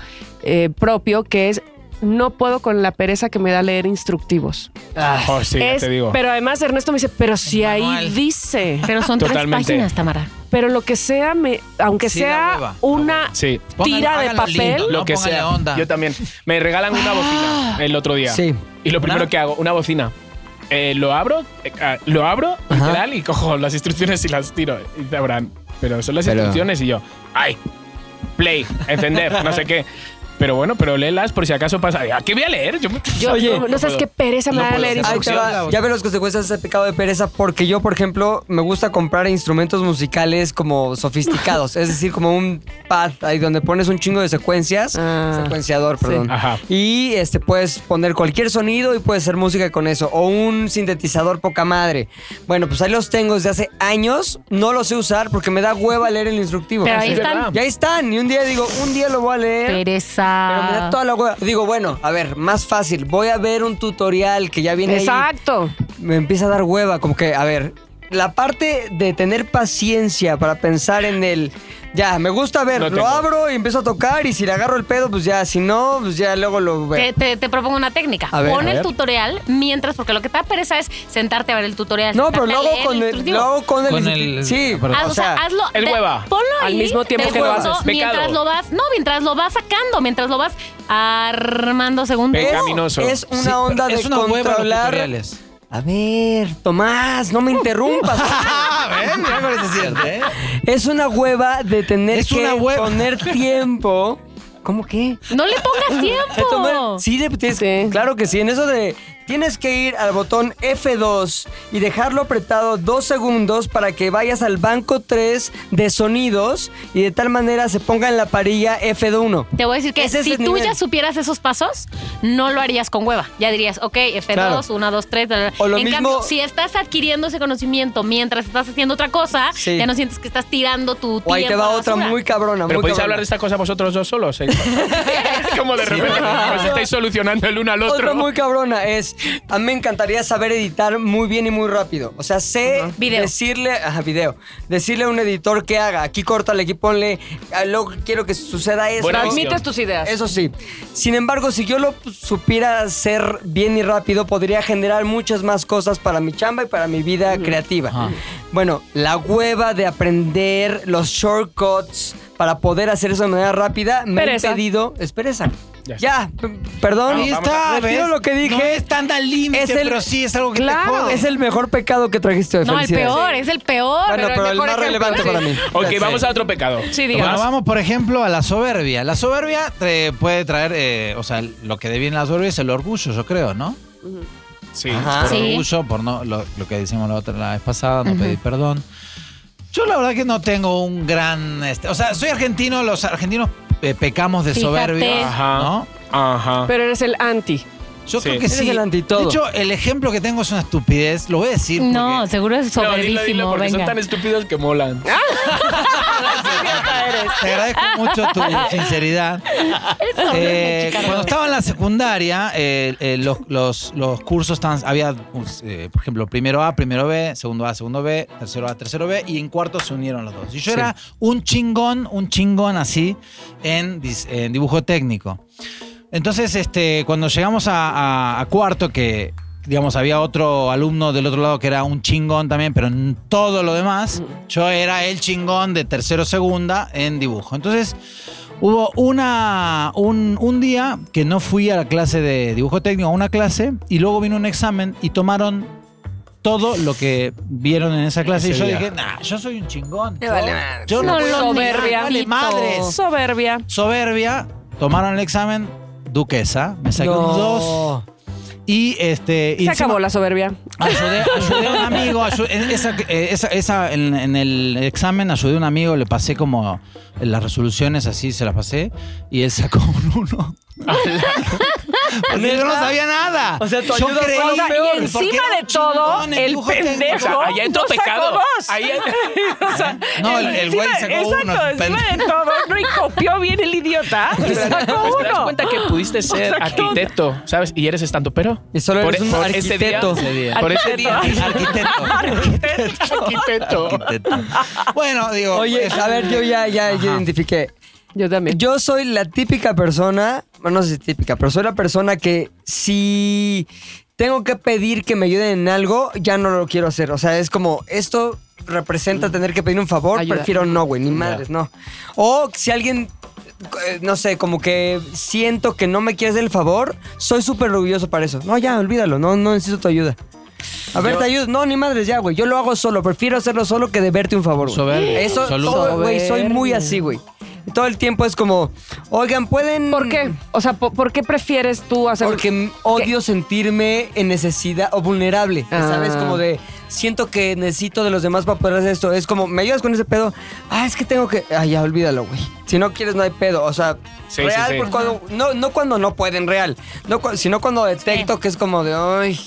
B: eh, propio que es no puedo con la pereza que me da leer instructivos.
E: Ah,
C: Oh, sí, ya
B: Es-
C: te digo.
B: Pero además Ernesto me dice, pero si ahí
E: manual.
B: dice,
A: Pero son
C: Totalmente.
A: tres páginas, Tamara.
B: pero lo que sea, me, aunque
E: Sí, da
B: sea
E: hueva, da
B: una
C: Sí.
E: Póngale-
B: tira de
E: hágalo
B: papel,
E: lindo,
C: Lo
E: No,
C: que
E: póngale
C: sea.
E: onda.
C: Yo también. Me regalan una bocina el otro día.
D: Sí.
C: Y lo primero
E: ¿Una?
C: que hago, una bocina. Eh, lo abro, eh, ah, lo abro, literal, y cojo las instrucciones y las tiro. Y dice Abraham, pero son las
D: Pero-
C: instrucciones y yo, ¡ay! Play, encender, no sé qué. Pero bueno, pero léelas por si acaso pasa. ¿A qué voy a leer? Yo,
B: yo
D: Oye,
B: no, no sabes
C: puedo.
B: qué pereza me
C: No
B: da
C: puedo.
B: leer
C: Ahí te
D: Ahí te
B: instrucciones.
D: va. Ya ve las consecuencias de ese pecado de pereza porque yo, por ejemplo, me gusta comprar instrumentos musicales como sofisticados, es decir, como un pad ahí donde pones un chingo de secuencias,
B: Ah,
D: secuenciador, perdón.
C: Ajá.
D: Y este puedes poner cualquier sonido y puedes hacer música con eso o un sintetizador poca madre. Bueno, pues ahí los tengo desde hace años, no los sé usar porque me da hueva leer el instructivo.
A: Pero ahí
C: es
A: están.
C: verdad.
D: Y ahí están, y un día digo, un día lo voy a leer. Pero me da
A: Pereza.
D: toda la hueva. Digo, bueno, a ver, más fácil. Voy a ver un tutorial que ya viene ahí.
B: Exacto.
D: Me empieza a dar hueva, como que, a ver, la parte de tener paciencia para pensar en el. Ya, me gusta ver,
C: No
D: lo
C: tengo.
D: abro y empiezo a tocar y si le agarro el pedo, pues ya, si no, pues ya luego lo veo.
A: Te, te- te propongo una técnica.
D: A ver,
A: Pon
C: a
A: el
C: ver.
A: tutorial mientras, porque lo que te da pereza es sentarte a ver el tutorial.
D: No, pero
A: sentarte a
D: lo hago
A: leer
D: con el,
A: instructivo.
D: lo hago con el,
E: Con el-
D: Sí,
E: ah, perdón.
A: Haz- o sea, hazlo.
C: el
A: de-
C: hueva.
A: Ponlo
B: Al
A: ahí
B: mismo tiempo
A: de
B: que lo
A: fondo,
B: haces.
A: Mientras
C: Pecado.
A: lo vas. No, mientras lo vas sacando, mientras lo vas armando según tú.
D: es-
C: Pecaminoso.
D: Es, una
E: Sí,
D: onda de
E: es una hueva los
D: controlar.
E: tutoriales.
D: a ver, Tomás, no me interrumpas.
C: Ah,
E: Ah, ¿eh?
D: Es una hueva de tener
E: Es
D: que
E: una hueva.
D: poner tiempo. ¿Cómo qué?
A: No le pongas
D: De
A: tiempo.
D: tomar- sí, le tienes-
B: Sí.
D: claro que sí. En eso de tienes que ir al botón F2 y dejarlo apretado dos segundos para que vayas al banco 3 de sonidos y de tal manera se ponga en la parrilla F1.
A: Te voy a decir que
D: Ese es
A: si
D: el
A: tú
D: nivel.
A: ya supieras esos pasos, no lo harías con hueva. Ya dirías, ok,
D: Claro.
A: F2, 1, 2, 3.
D: O lo
A: en
D: mismo-
A: cambio, si estás adquiriendo ese conocimiento mientras estás haciendo otra cosa,
D: Sí.
A: ya no sientes que estás tirando tu tiempo.
D: O ahí te
A: a
D: va
A: la
D: otra
A: basura.
D: muy cabrona.
C: Pero
D: muy
C: podéis
D: cabrona.
C: hablar de esta cosa vosotros dos solos. ¿eh? Es como de repente os estáis solucionando el uno al
D: Otra
C: otro.
D: muy cabrona es, a mí me encantaría saber editar muy bien y muy rápido. O sea, sé
A: Video.
D: decirle, ajá, video, decirle a un editor que haga, aquí córtale, aquí ponle, ah, luego quiero que suceda esto.
C: Buena visión.
B: Transmites tus ideas.
D: Eso sí. Sin embargo, si yo lo supiera hacer bien y rápido, podría generar muchas más cosas para mi chamba y para mi vida creativa. Bueno, la hueva de aprender los shortcuts para poder hacer eso de manera rápida me
B: Pereza.
D: ha impedido... Es pereza.
C: Ya
D: Ya, p- perdón.
E: Ahí está,
D: Retiro
E: ¿ves?
D: lo que dije.
E: No es tan al límite,
D: Es el-
E: pero sí es algo que te jode.
D: Es el mejor pecado que trajiste hoy.
A: No, el
D: Felicidades.
A: peor, es el peor.
D: Bueno, pero, el
B: mejor
D: más
B: ejemplo,
D: relevante
B: sí.
D: para mí.
C: Ok, vamos a otro pecado.
B: Sí, diga.
E: Bueno,
C: Tomás.
E: vamos por ejemplo a la soberbia. La soberbia eh, puede traer, eh, o sea, lo que deviene la soberbia es el orgullo, yo creo, ¿no?
C: Sí.
D: Ajá.
E: Por
A: Sí.
E: orgullo, por no, lo, lo que decimos la, otra, la vez pasada, no pedir perdón. Yo la verdad que no tengo un gran... este, o sea, soy argentino, los argentinos eh, pecamos de
A: Fíjate.
E: soberbia,
C: Ajá.
E: ¿no?
C: Ajá.
B: Pero eres el anti.
E: Yo
C: Sí.
E: creo que
D: Eres
E: sí.
D: el antitodo.
E: De hecho, el ejemplo que tengo es una estupidez, lo voy a decir.
A: No,
E: porque-
A: seguro es
C: No, dilo,
A: soberbísimo.
C: dilo, porque
A: venga.
C: son tan estúpidos que molan.
B: Ah,
E: Te agradezco mucho tu sinceridad. Eh, cuando estaba en la secundaria, eh, eh, los, los- los cursos estaban, había, pues, eh, por ejemplo, primero A, primero B, segundo A, segundo B, tercero A, tercero B, y en cuarto se unieron los dos. Y yo era un chingón, un chingón así en, dis- en dibujo técnico. Entonces, este, cuando llegamos a, a- a cuarto, que digamos había otro alumno del otro lado que era un chingón también, pero en todo lo demás,
D: Mm.
E: yo era el chingón de tercero segunda en dibujo. Entonces, hubo una un, un día que no fui a la clase de dibujo técnico, a una clase, y luego vino un examen y tomaron todo lo que vieron en esa clase.
C: Ese
E: y yo
C: día.
E: dije, nah, yo soy un chingón.
D: Me
E: Yo-
D: vale madre.
E: yo
B: No
E: voy a-
B: lo soberbia.
E: Vale madres
B: Soberbia.
E: soberbia, tomaron el examen, duquesa, me saqué un 2 y este... y
B: Se
E: encima
B: acabó la soberbia.
E: Ayudé, ayudé a un amigo, ayu- en, esa- eh, esa- esa- en- en el examen ayudé a un amigo, le pasé como las resoluciones así, se las pasé y él sacó un 1. Porque yo no sabía nada.
D: O sea, tu
E: yo
D: ayuda fue
E: creí
B: peor.
D: aún
E: que-
B: Y encima
E: porque era
B: de
E: un
B: todo,
E: chingón en
B: el
E: dibujo técnico.
B: pendejo
C: O sea, ahí entró
B: No sacó
C: pecado.
B: dos.
C: Ahí
B: O sea,
E: No, el- el güey
B: encima-
E: sacó uno,
B: Exacto,
E: pendejo.
B: encima de todo, no y copió bien el idiota. Y sacó
C: Pues te das
B: uno.
C: cuenta que pudiste ser
B: sea, ¿qué onda?
C: arquitecto, ¿sabes? Y eres estando pero.
D: Y solo eres un arquitecto.
C: e-, Ese día, por ese día.
E: Arquitecto.
C: Arquitecto.
E: Arquitecto. Bueno, digo...
D: Oye,
E: es
D: a ver, yo ya, ya, ya
E: Ajá.
D: identifiqué.
B: Yo también.
D: Yo soy la típica persona, bueno, no sé si típica, pero soy la persona que si tengo que pedir que me ayuden en algo, ya no lo quiero hacer. O sea, es como esto representa tener que pedir un favor,
B: Ayuda.
D: prefiero no, güey, ni madres, no. O si alguien eh, no sé, como que siento que no me quieres el favor, soy súper orgulloso para eso. No, ya, olvídalo, no, no necesito tu ayuda. A ver,
C: Yo-
D: te ayudo. No, ni madres, ya, güey. Yo lo hago solo. Prefiero hacerlo solo que deberte un favor. güey.
E: Soberbio,
D: Eso,
E: absoluto.
D: todo, güey, soy muy así, güey. Todo el tiempo es como, oigan, pueden.
B: ¿Por qué? O sea, ¿por, por qué prefieres tú hacer
D: Porque odio sentirme en necesidad o vulnerable.
B: Ah.
D: ¿Sabes? Como de. Siento que necesito de los demás para poder hacer esto. Es como, ¿me ayudas con ese pedo? Ah, es que tengo que. Ah, ya, olvídalo, güey. Si no quieres, no hay pedo. O sea,
C: Sí,
D: real,
C: sí, sí.
D: por cuando- no, no cuando no pueden, real. No, cu- sino cuando detecto que es como de, ay,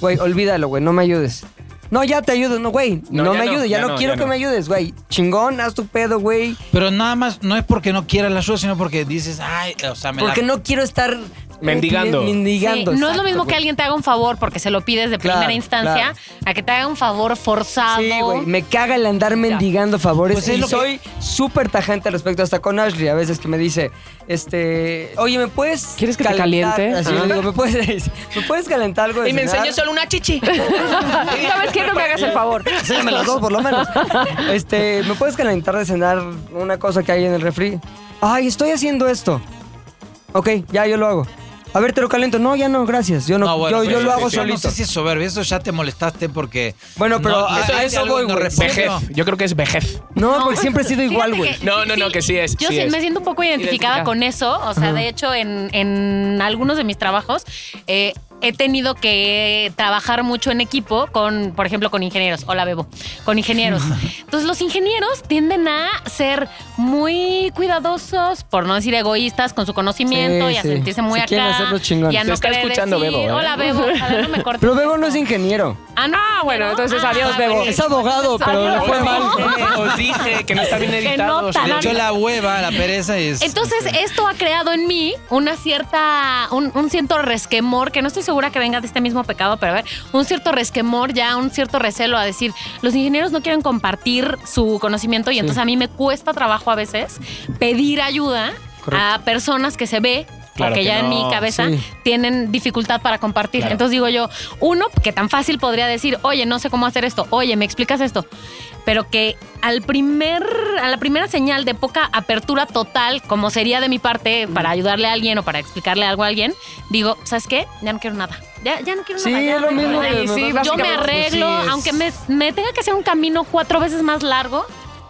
D: güey, olvídalo, güey, no me ayudes. No, ya te ayudo, no, güey. No,
C: No, ya
D: me
C: no,
D: ayudes, ya,
C: ya
D: no,
C: no,
D: quiero
C: ya
D: que
C: no.
D: me ayudes, güey. Chingón, haz tu pedo, güey.
E: Pero nada más, no es porque no quieras la ayuda, sino porque dices, ay, o sea, me la-
D: Porque no quiero estar eh,
C: Mendigando.
D: mendigando,
A: Sí, no es lo
D: exacto,
A: mismo que
D: güey.
A: alguien te haga un favor porque se lo pides de
D: Claro,
A: primera instancia a que te haga un favor forzado.
D: Sí, güey. Me caga el andar mendigando favores.
E: Pues es
D: y
E: lo que-
D: soy súper tajante al respecto, hasta con Ashley, a veces que me dice, este, oye, ¿me puedes.
B: ¿Quieres que te caliente?
D: Así yo
B: Ah.
D: le digo, ¿me puedes, ¿me puedes calentar algo? de
C: Y me
D: cenar?"
C: enseñó solo una chichi.
B: ¿Sabes qué? No me hagas el favor.
D: Enséñame las dos, por lo menos. Este, ¿me puedes calentar de cenar una cosa que hay en el refri? Ay, estoy haciendo esto. Ok, ya yo lo hago. A ver, te lo caliento. No, ya no, gracias. Yo no,
E: No, bueno, pues
D: yo, yo
E: pero
D: lo
E: eso-
D: hago
E: eso
D: solito.
E: No sé si es soberbio, eso ya te molestaste porque.
D: Bueno, pero
E: no,
D: a-
E: eso-
D: a eso
E: algo
D: voy,
E: no
D: güey.
E: responde,
C: Vejez.
E: no.
C: Yo creo que es vejez.
D: No, porque siempre he sido igual,
A: Fíjate
D: güey.
C: No, no, no, que sí es,
A: Yo
C: sí es.
A: me siento un poco identificada
B: Identificada.
A: con eso. O sea, de hecho, en, en algunos de mis trabajos eh, he tenido que trabajar mucho en equipo con, por ejemplo, con ingenieros. Hola, Bebo. Con ingenieros. Entonces, los ingenieros tienden a ser muy cuidadosos, por no decir egoístas, con su conocimiento
D: Sí,
A: y a
D: sí.
A: sentirse muy
D: Se
A: acá.
D: quieren hacer los chingones.
A: Y a
C: Te
A: no
C: está
A: querer
C: escuchando
A: decir,
C: Bebo, ¿eh?
A: Hola, Bebo. Ojalá no me cortes
D: Pero Bebo no es
A: esto".
D: ingeniero.
A: Ah, no,
B: bueno, entonces, adiós, Bebo.
A: bueno.
D: Es abogado, pero le fue
C: Oye,
D: mal.
A: eh,
C: Os dije que no está bien
A: Se
C: editado.
A: nota,
E: Le
A: no,
E: echó
A: no.
E: la hueva, la pereza y es.
A: Entonces, esto ha creado en mí una cierta, un, un cierto resquemor, que no estoy segura que venga de este mismo pecado, pero a ver, un cierto resquemor, ya un cierto recelo a decir, los ingenieros no quieren compartir su conocimiento y entonces a mí me cuesta trabajo a veces pedir ayuda a personas que se ve.
C: Claro
A: porque
C: que
A: ya en mi
C: no,
A: cabeza
D: sí.
A: tienen dificultad para compartir.
C: Claro.
A: Entonces digo yo, uno, que tan fácil podría decir, oye, no sé cómo hacer esto, oye, ¿me explicas esto? pero que al primer, a la primera señal de poca apertura total, como sería de mi parte para ayudarle a alguien o para explicarle algo a alguien, digo, ¿sabes qué? Ya no quiero nada. Ya, ya no quiero
D: Sí,
A: nada. ya
D: es lo
A: no quiero
D: mismo
A: nada".
B: que
A: Y
B: me
A: sí,
B: pasa
A: yo me
B: básicamente.
A: arreglo,
D: Sí, es-
A: aunque me, me tenga que hacer un camino cuatro veces más largo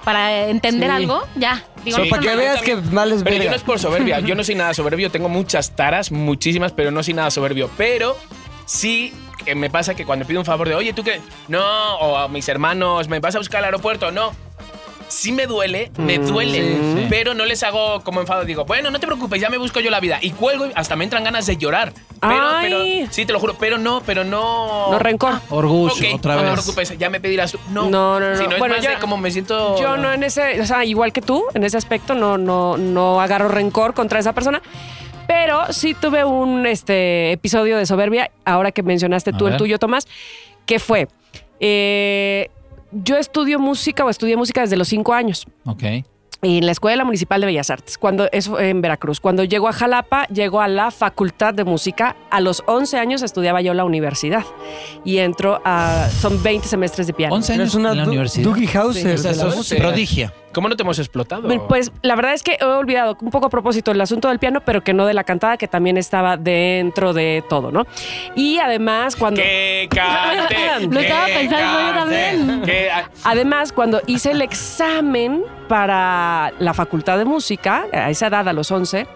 A: para entender
D: Sí.
A: algo, ya. Digo,
C: Sí,
A: no
D: Para
A: quiero
D: que
A: nada.
D: veas que mal es
C: Pero yo
D: verga.
C: no es por soberbia, yo no soy nada soberbio, tengo muchas taras, muchísimas, pero no soy nada soberbio. Pero sí que me pasa que cuando pido un favor de, oye, ¿tú qué? No, o a mis hermanos, ¿me vas a buscar al aeropuerto? No. Sí me duele, me
B: Mm,
C: duele,
E: sí, sí.
C: pero no les hago como enfado. Digo, bueno, no te preocupes, ya me busco yo la vida. Y cuelgo y hasta me entran ganas de llorar. Pero,
B: Ay.
C: pero, sí, te lo juro, pero no, pero no...
B: No rencor.
E: Orgullo,
C: Ok,
E: otra
C: no
E: vez.
C: te preocupes, ya me pedirás... tú. No,
B: No, no, no.
C: Si no es
B: Bueno,
C: más
B: yo-
C: de cómo me siento...
B: Yo no en ese, o sea, igual que tú, en ese aspecto no, no, no agarro rencor contra esa persona. Pero sí tuve un este, episodio de soberbia, ahora que mencionaste
E: A
B: tú el
E: ver.
B: tuyo, Tomás, que fue, eh, yo estudio música o estudié música desde los cinco años
E: Ok.
B: en la Escuela Municipal de Bellas Artes, cuando eso en Veracruz. Cuando llego a Jalapa, llego a la Facultad de Música. A los 11 años estudiaba yo la universidad y entro a... Son 20 semestres de piano.
E: 11 años
D: Eres una
E: en la
D: Du-
E: universidad.
D: Dougie Hauser.
E: o sea,
D: de la
E: sos
D: música.
E: prodigia.
C: ¿Cómo no te hemos explotado?
B: Bueno, pues la verdad es que he olvidado un poco a propósito el asunto del piano, pero que no de la cantada, que también estaba dentro de todo, ¿no? Y además cuando...
C: Que cante.
A: Lo estaba
C: que
A: pensando yo
C: cante,
A: también.
C: que- ah,
B: Además, cuando hice el examen para la Facultad de Música, a esa edad, a los 11,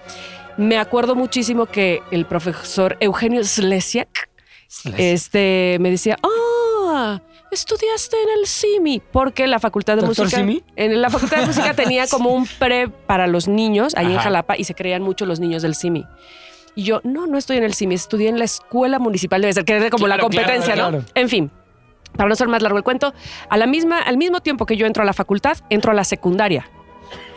B: me acuerdo muchísimo que el profesor Eugenio Slesiak este, me decía, ah, estudiaste en el CIMI, porque la Facultad de
D: ¿Doctor
B: Música...
D: Simi?
B: En la Facultad de Música tenía como un pre para los niños, ahí en
C: Ajá.
B: Jalapa, y se creían mucho los niños del CIMI. Y yo, no, no estoy en el CIMI, estudié en la Escuela Municipal de ser que era como la
C: Claro, claro,
B: competencia, ¿no?
C: claro.
B: En fin, para no ser más largo el cuento, a la misma, al mismo tiempo que yo entro a la facultad, entro a la secundaria.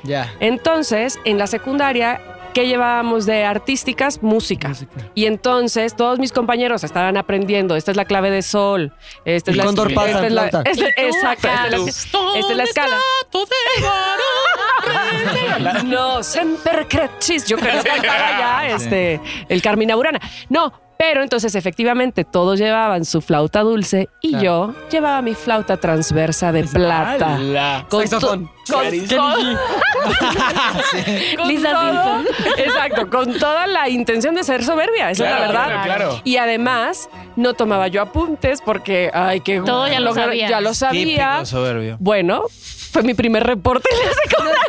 D: Ya.
B: Entonces, en la secundaria, ¿qué llevábamos de artísticas? Música. Y entonces todos mis compañeros estaban aprendiendo. Esta es la clave de sol. Esta es
D: El
B: la
D: cóndor
B: esta
D: pasa,
B: es la-
D: flauta.
B: esta-
A: Y tú
B: exacto,
A: acá.
B: esta es la- Esta es la escala. No, semper cretis. Yo creo que cantaba ya este, el Carmina Burana. No, pero entonces efectivamente todos llevaban su flauta dulce y yo llevaba mi flauta transversa de
D: Pues,
B: plata.
C: ¡Hala!
B: Con to-
D: Saxofón.
B: con
C: Clarín.
B: todo- con
A: Lisa
B: todo-
A: Simpson.
B: Exacto, con toda la intención de ser soberbia, esa
C: Claro,
B: es la verdad.
C: claro, claro.
B: Y además, no tomaba yo apuntes porque, ay, qué
A: Todo ya lo
B: guay,
A: sabías.
B: Ya lo sabía.
E: Típico soberbio.
B: Bueno, fue mi primer reporte en la secundaria.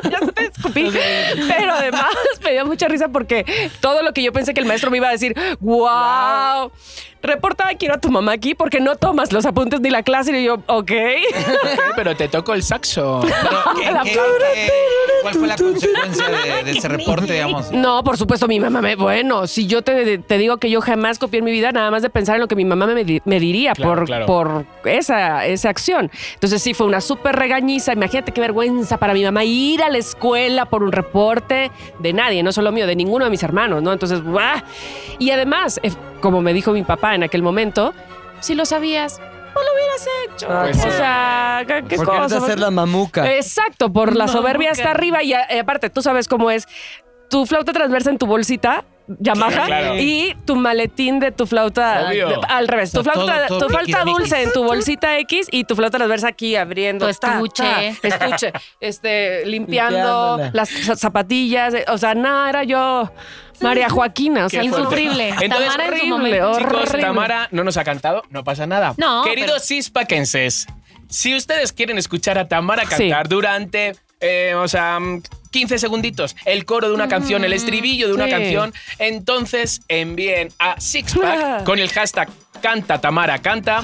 B: ya te escupí. Pero además me dio mucha risa porque todo lo que yo pensé que el maestro me iba a decir, wow, reporta, quiero a tu mamá aquí porque no tomas los apuntes ni la clase. Y yo, ok.
C: Pero te toco el saxo.
E: Pero, ¿qué-
B: La
E: qué-
B: flauta.
E: qué- ¿Cuál fue la consecuencia de, de ese reporte, digamos?
B: No, por supuesto, mi mamá me. Bueno, si yo te, te digo que yo jamás copié en mi vida, nada más de pensar en lo que mi mamá me, di- me diría
C: Claro,
B: por,
C: claro.
B: por esa, esa acción. Entonces, sí, fue una súper regañiza. Imagínate qué vergüenza para mi mamá ir a la escuela por un reporte de nadie, no solo mío, de ninguno de mis hermanos, ¿no? Entonces, ¡buah! Y además, eh, como me dijo mi papá en aquel momento, si lo sabías, no lo hubieras hecho.
D: Ah,
C: pues
B: o
C: sí.
B: sea, ¿qué- ¿qué
D: Porque vas
B: cosa?
D: a hacer la mamuca.
B: Exacto, por la soberbia está arriba y, a- y aparte tú sabes cómo es tu flauta transversa en tu bolsita. Yamaha
C: Claro, claro.
B: y tu maletín de tu flauta
C: Obvio.
B: de- al revés,
E: O sea,
B: tu flauta,
E: todo- todo
B: tu flauta
E: piquis,
B: dulce
E: miquis.
B: en tu bolsita X y tu flauta transversa aquí abriendo
A: Tu
B: ta, ta,
A: estuche.
B: estuche, este limpiando
D: Limpiándola.
B: las za- zapatillas, eh, o sea, nada, era yo María Joaquina, o sea,
C: Qué fuerte.
A: Insufrible.
C: Entonces,
A: Tamara en su
B: horrible,
A: momento.
B: horrible.
C: Chicos, Tamara no nos ha cantado, no pasa nada.
A: No,
C: Queridos cispaquenses, si ustedes quieren escuchar a Tamara
B: Sí.
C: cantar durante, eh, o sea, mm, 15 segunditos, el coro de una canción, el estribillo de
B: Mm,
C: una
B: sí.
C: canción, entonces envíen a Sixpack con el hashtag canta Tamara canta.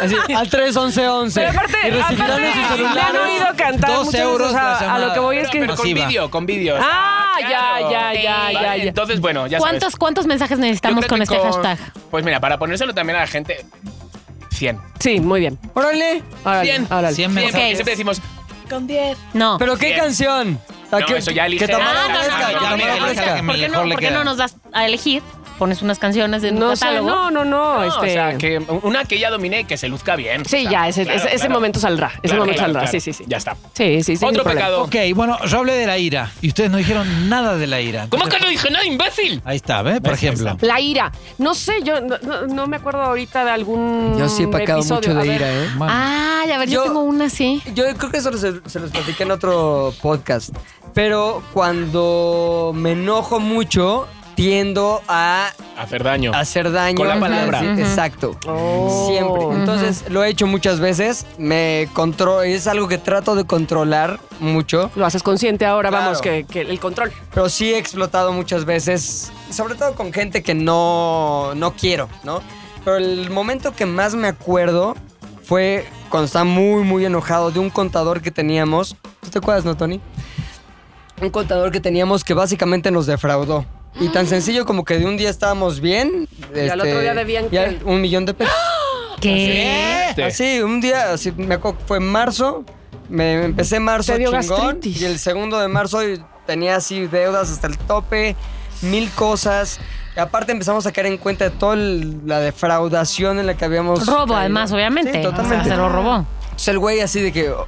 D: Así, al 31111.
B: Pero aparte,
D: y recibirán
B: aparte,
D: en sus
B: me han
D: celulares.
B: oído cantar
E: 12
B: muchas veces,
E: euros
B: o sea,
E: la semana.
B: a lo que voy es
C: Pero,
B: que
C: pero con
E: Masiva.
C: vídeo, con vídeo.
B: Ah, ya, ya,
C: claro.
B: ya,
A: Sí.
B: ya,
C: Vale,
B: ya.
C: Entonces, bueno, ya sabes.
A: ¿Cuántos, ¿Cuántos mensajes
C: Yo
A: necesitamos
C: creo
A: con
C: que
A: este hashtag?
C: Pues mira, para ponérselo también a la gente, 100.
B: Sí, muy bien.
D: Órale.
B: Órale,
C: 100.
B: órale.
E: 100
C: Siempre,
E: mensajes.
A: Ok.
C: siempre decimos, con 10.
A: No.
D: ¿Pero qué
C: Bien.
D: canción? O sea,
C: No,
D: que,
C: eso ya elige.
D: Que Tamara
A: Ah, no, no,
D: crezca,
A: no,
D: que
A: no, no,
D: Tamara
A: no,
D: crezca.
E: no,
A: ¿Por qué, no,
E: Mejor le
A: por qué
E: queda.
A: no nos das a elegir? Pones unas canciones de tu
B: No, sé,
A: catálogo.
B: no, no, no.
C: No,
B: este,
C: "Ah, O sea, que una que ya domine y que se luzca bien.
B: sí,
C: O sea,
B: ya, ese,
C: claro,
B: ese, ese
C: claro.
B: momento saldrá. Ese
C: Claro,
B: momento
C: claro,
B: saldrá. Sí,
C: claro.
B: sí, sí.
C: Ya está.
B: Sí, sí, sí.
C: Otro
B: sin problema.
C: pecado.
E: Ok, bueno, yo hablé de la ira y ustedes no dijeron nada de la ira.
C: ¿Cómo que
E: Entonces,
C: no dije nada, imbécil?
E: Ahí está, ¿ves? Por
C: Ahí está.
E: ejemplo.
B: La ira. No sé, yo no, no- no me acuerdo ahorita de algún.
D: Yo sí he pecado
B: episodio.
D: mucho
B: A
D: de
B: ver.
D: ira, ¿eh?
A: Ah, ya ver, yo,
D: Yo-
A: tengo una sí.
D: Yo creo que eso se, se los platiqué en otro podcast. Pero cuando me enojo mucho, tiendo a
C: Hacer daño.
D: hacer daño.
C: Con la
D: y a
C: palabra.
D: decir-
A: Ujú.
D: Exacto.
B: Oh.
D: Siempre.
B: Ujú.
D: Entonces, lo he hecho muchas veces. Me contro es algo que trato de controlar mucho.
B: Lo haces consciente ahora,
D: Claro.
B: vamos, que, que el control.
D: Pero sí he explotado muchas veces, sobre todo con gente que no, no quiero, ¿no? Pero el momento que más me acuerdo fue cuando estaba muy, muy enojado de un contador que teníamos. ¿Tú te acuerdas, no, Tony? Un contador que teníamos que básicamente nos defraudó. Y tan sencillo como que de un día estábamos bien.
B: Ah.
D: este,
B: Y al otro día debían
D: ya
B: que-
D: un millón de pesos.
A: ¿Qué?
C: Sí.
D: Así, un día, así, me acuerdo que fue en marzo, me empecé en marzo
B: Te dio
D: chingón,
B: gastritis.
D: y el segundo de marzo tenía así deudas hasta el tope, mil cosas. Y aparte empezamos a caer en cuenta de toda el- la defraudación en la que habíamos
A: Robo,
D: caído.
A: además, obviamente.
D: Pues, Sí,
A: O sea,
D: totalmente.
A: se lo robó.
D: Entonces el güey así de que oh,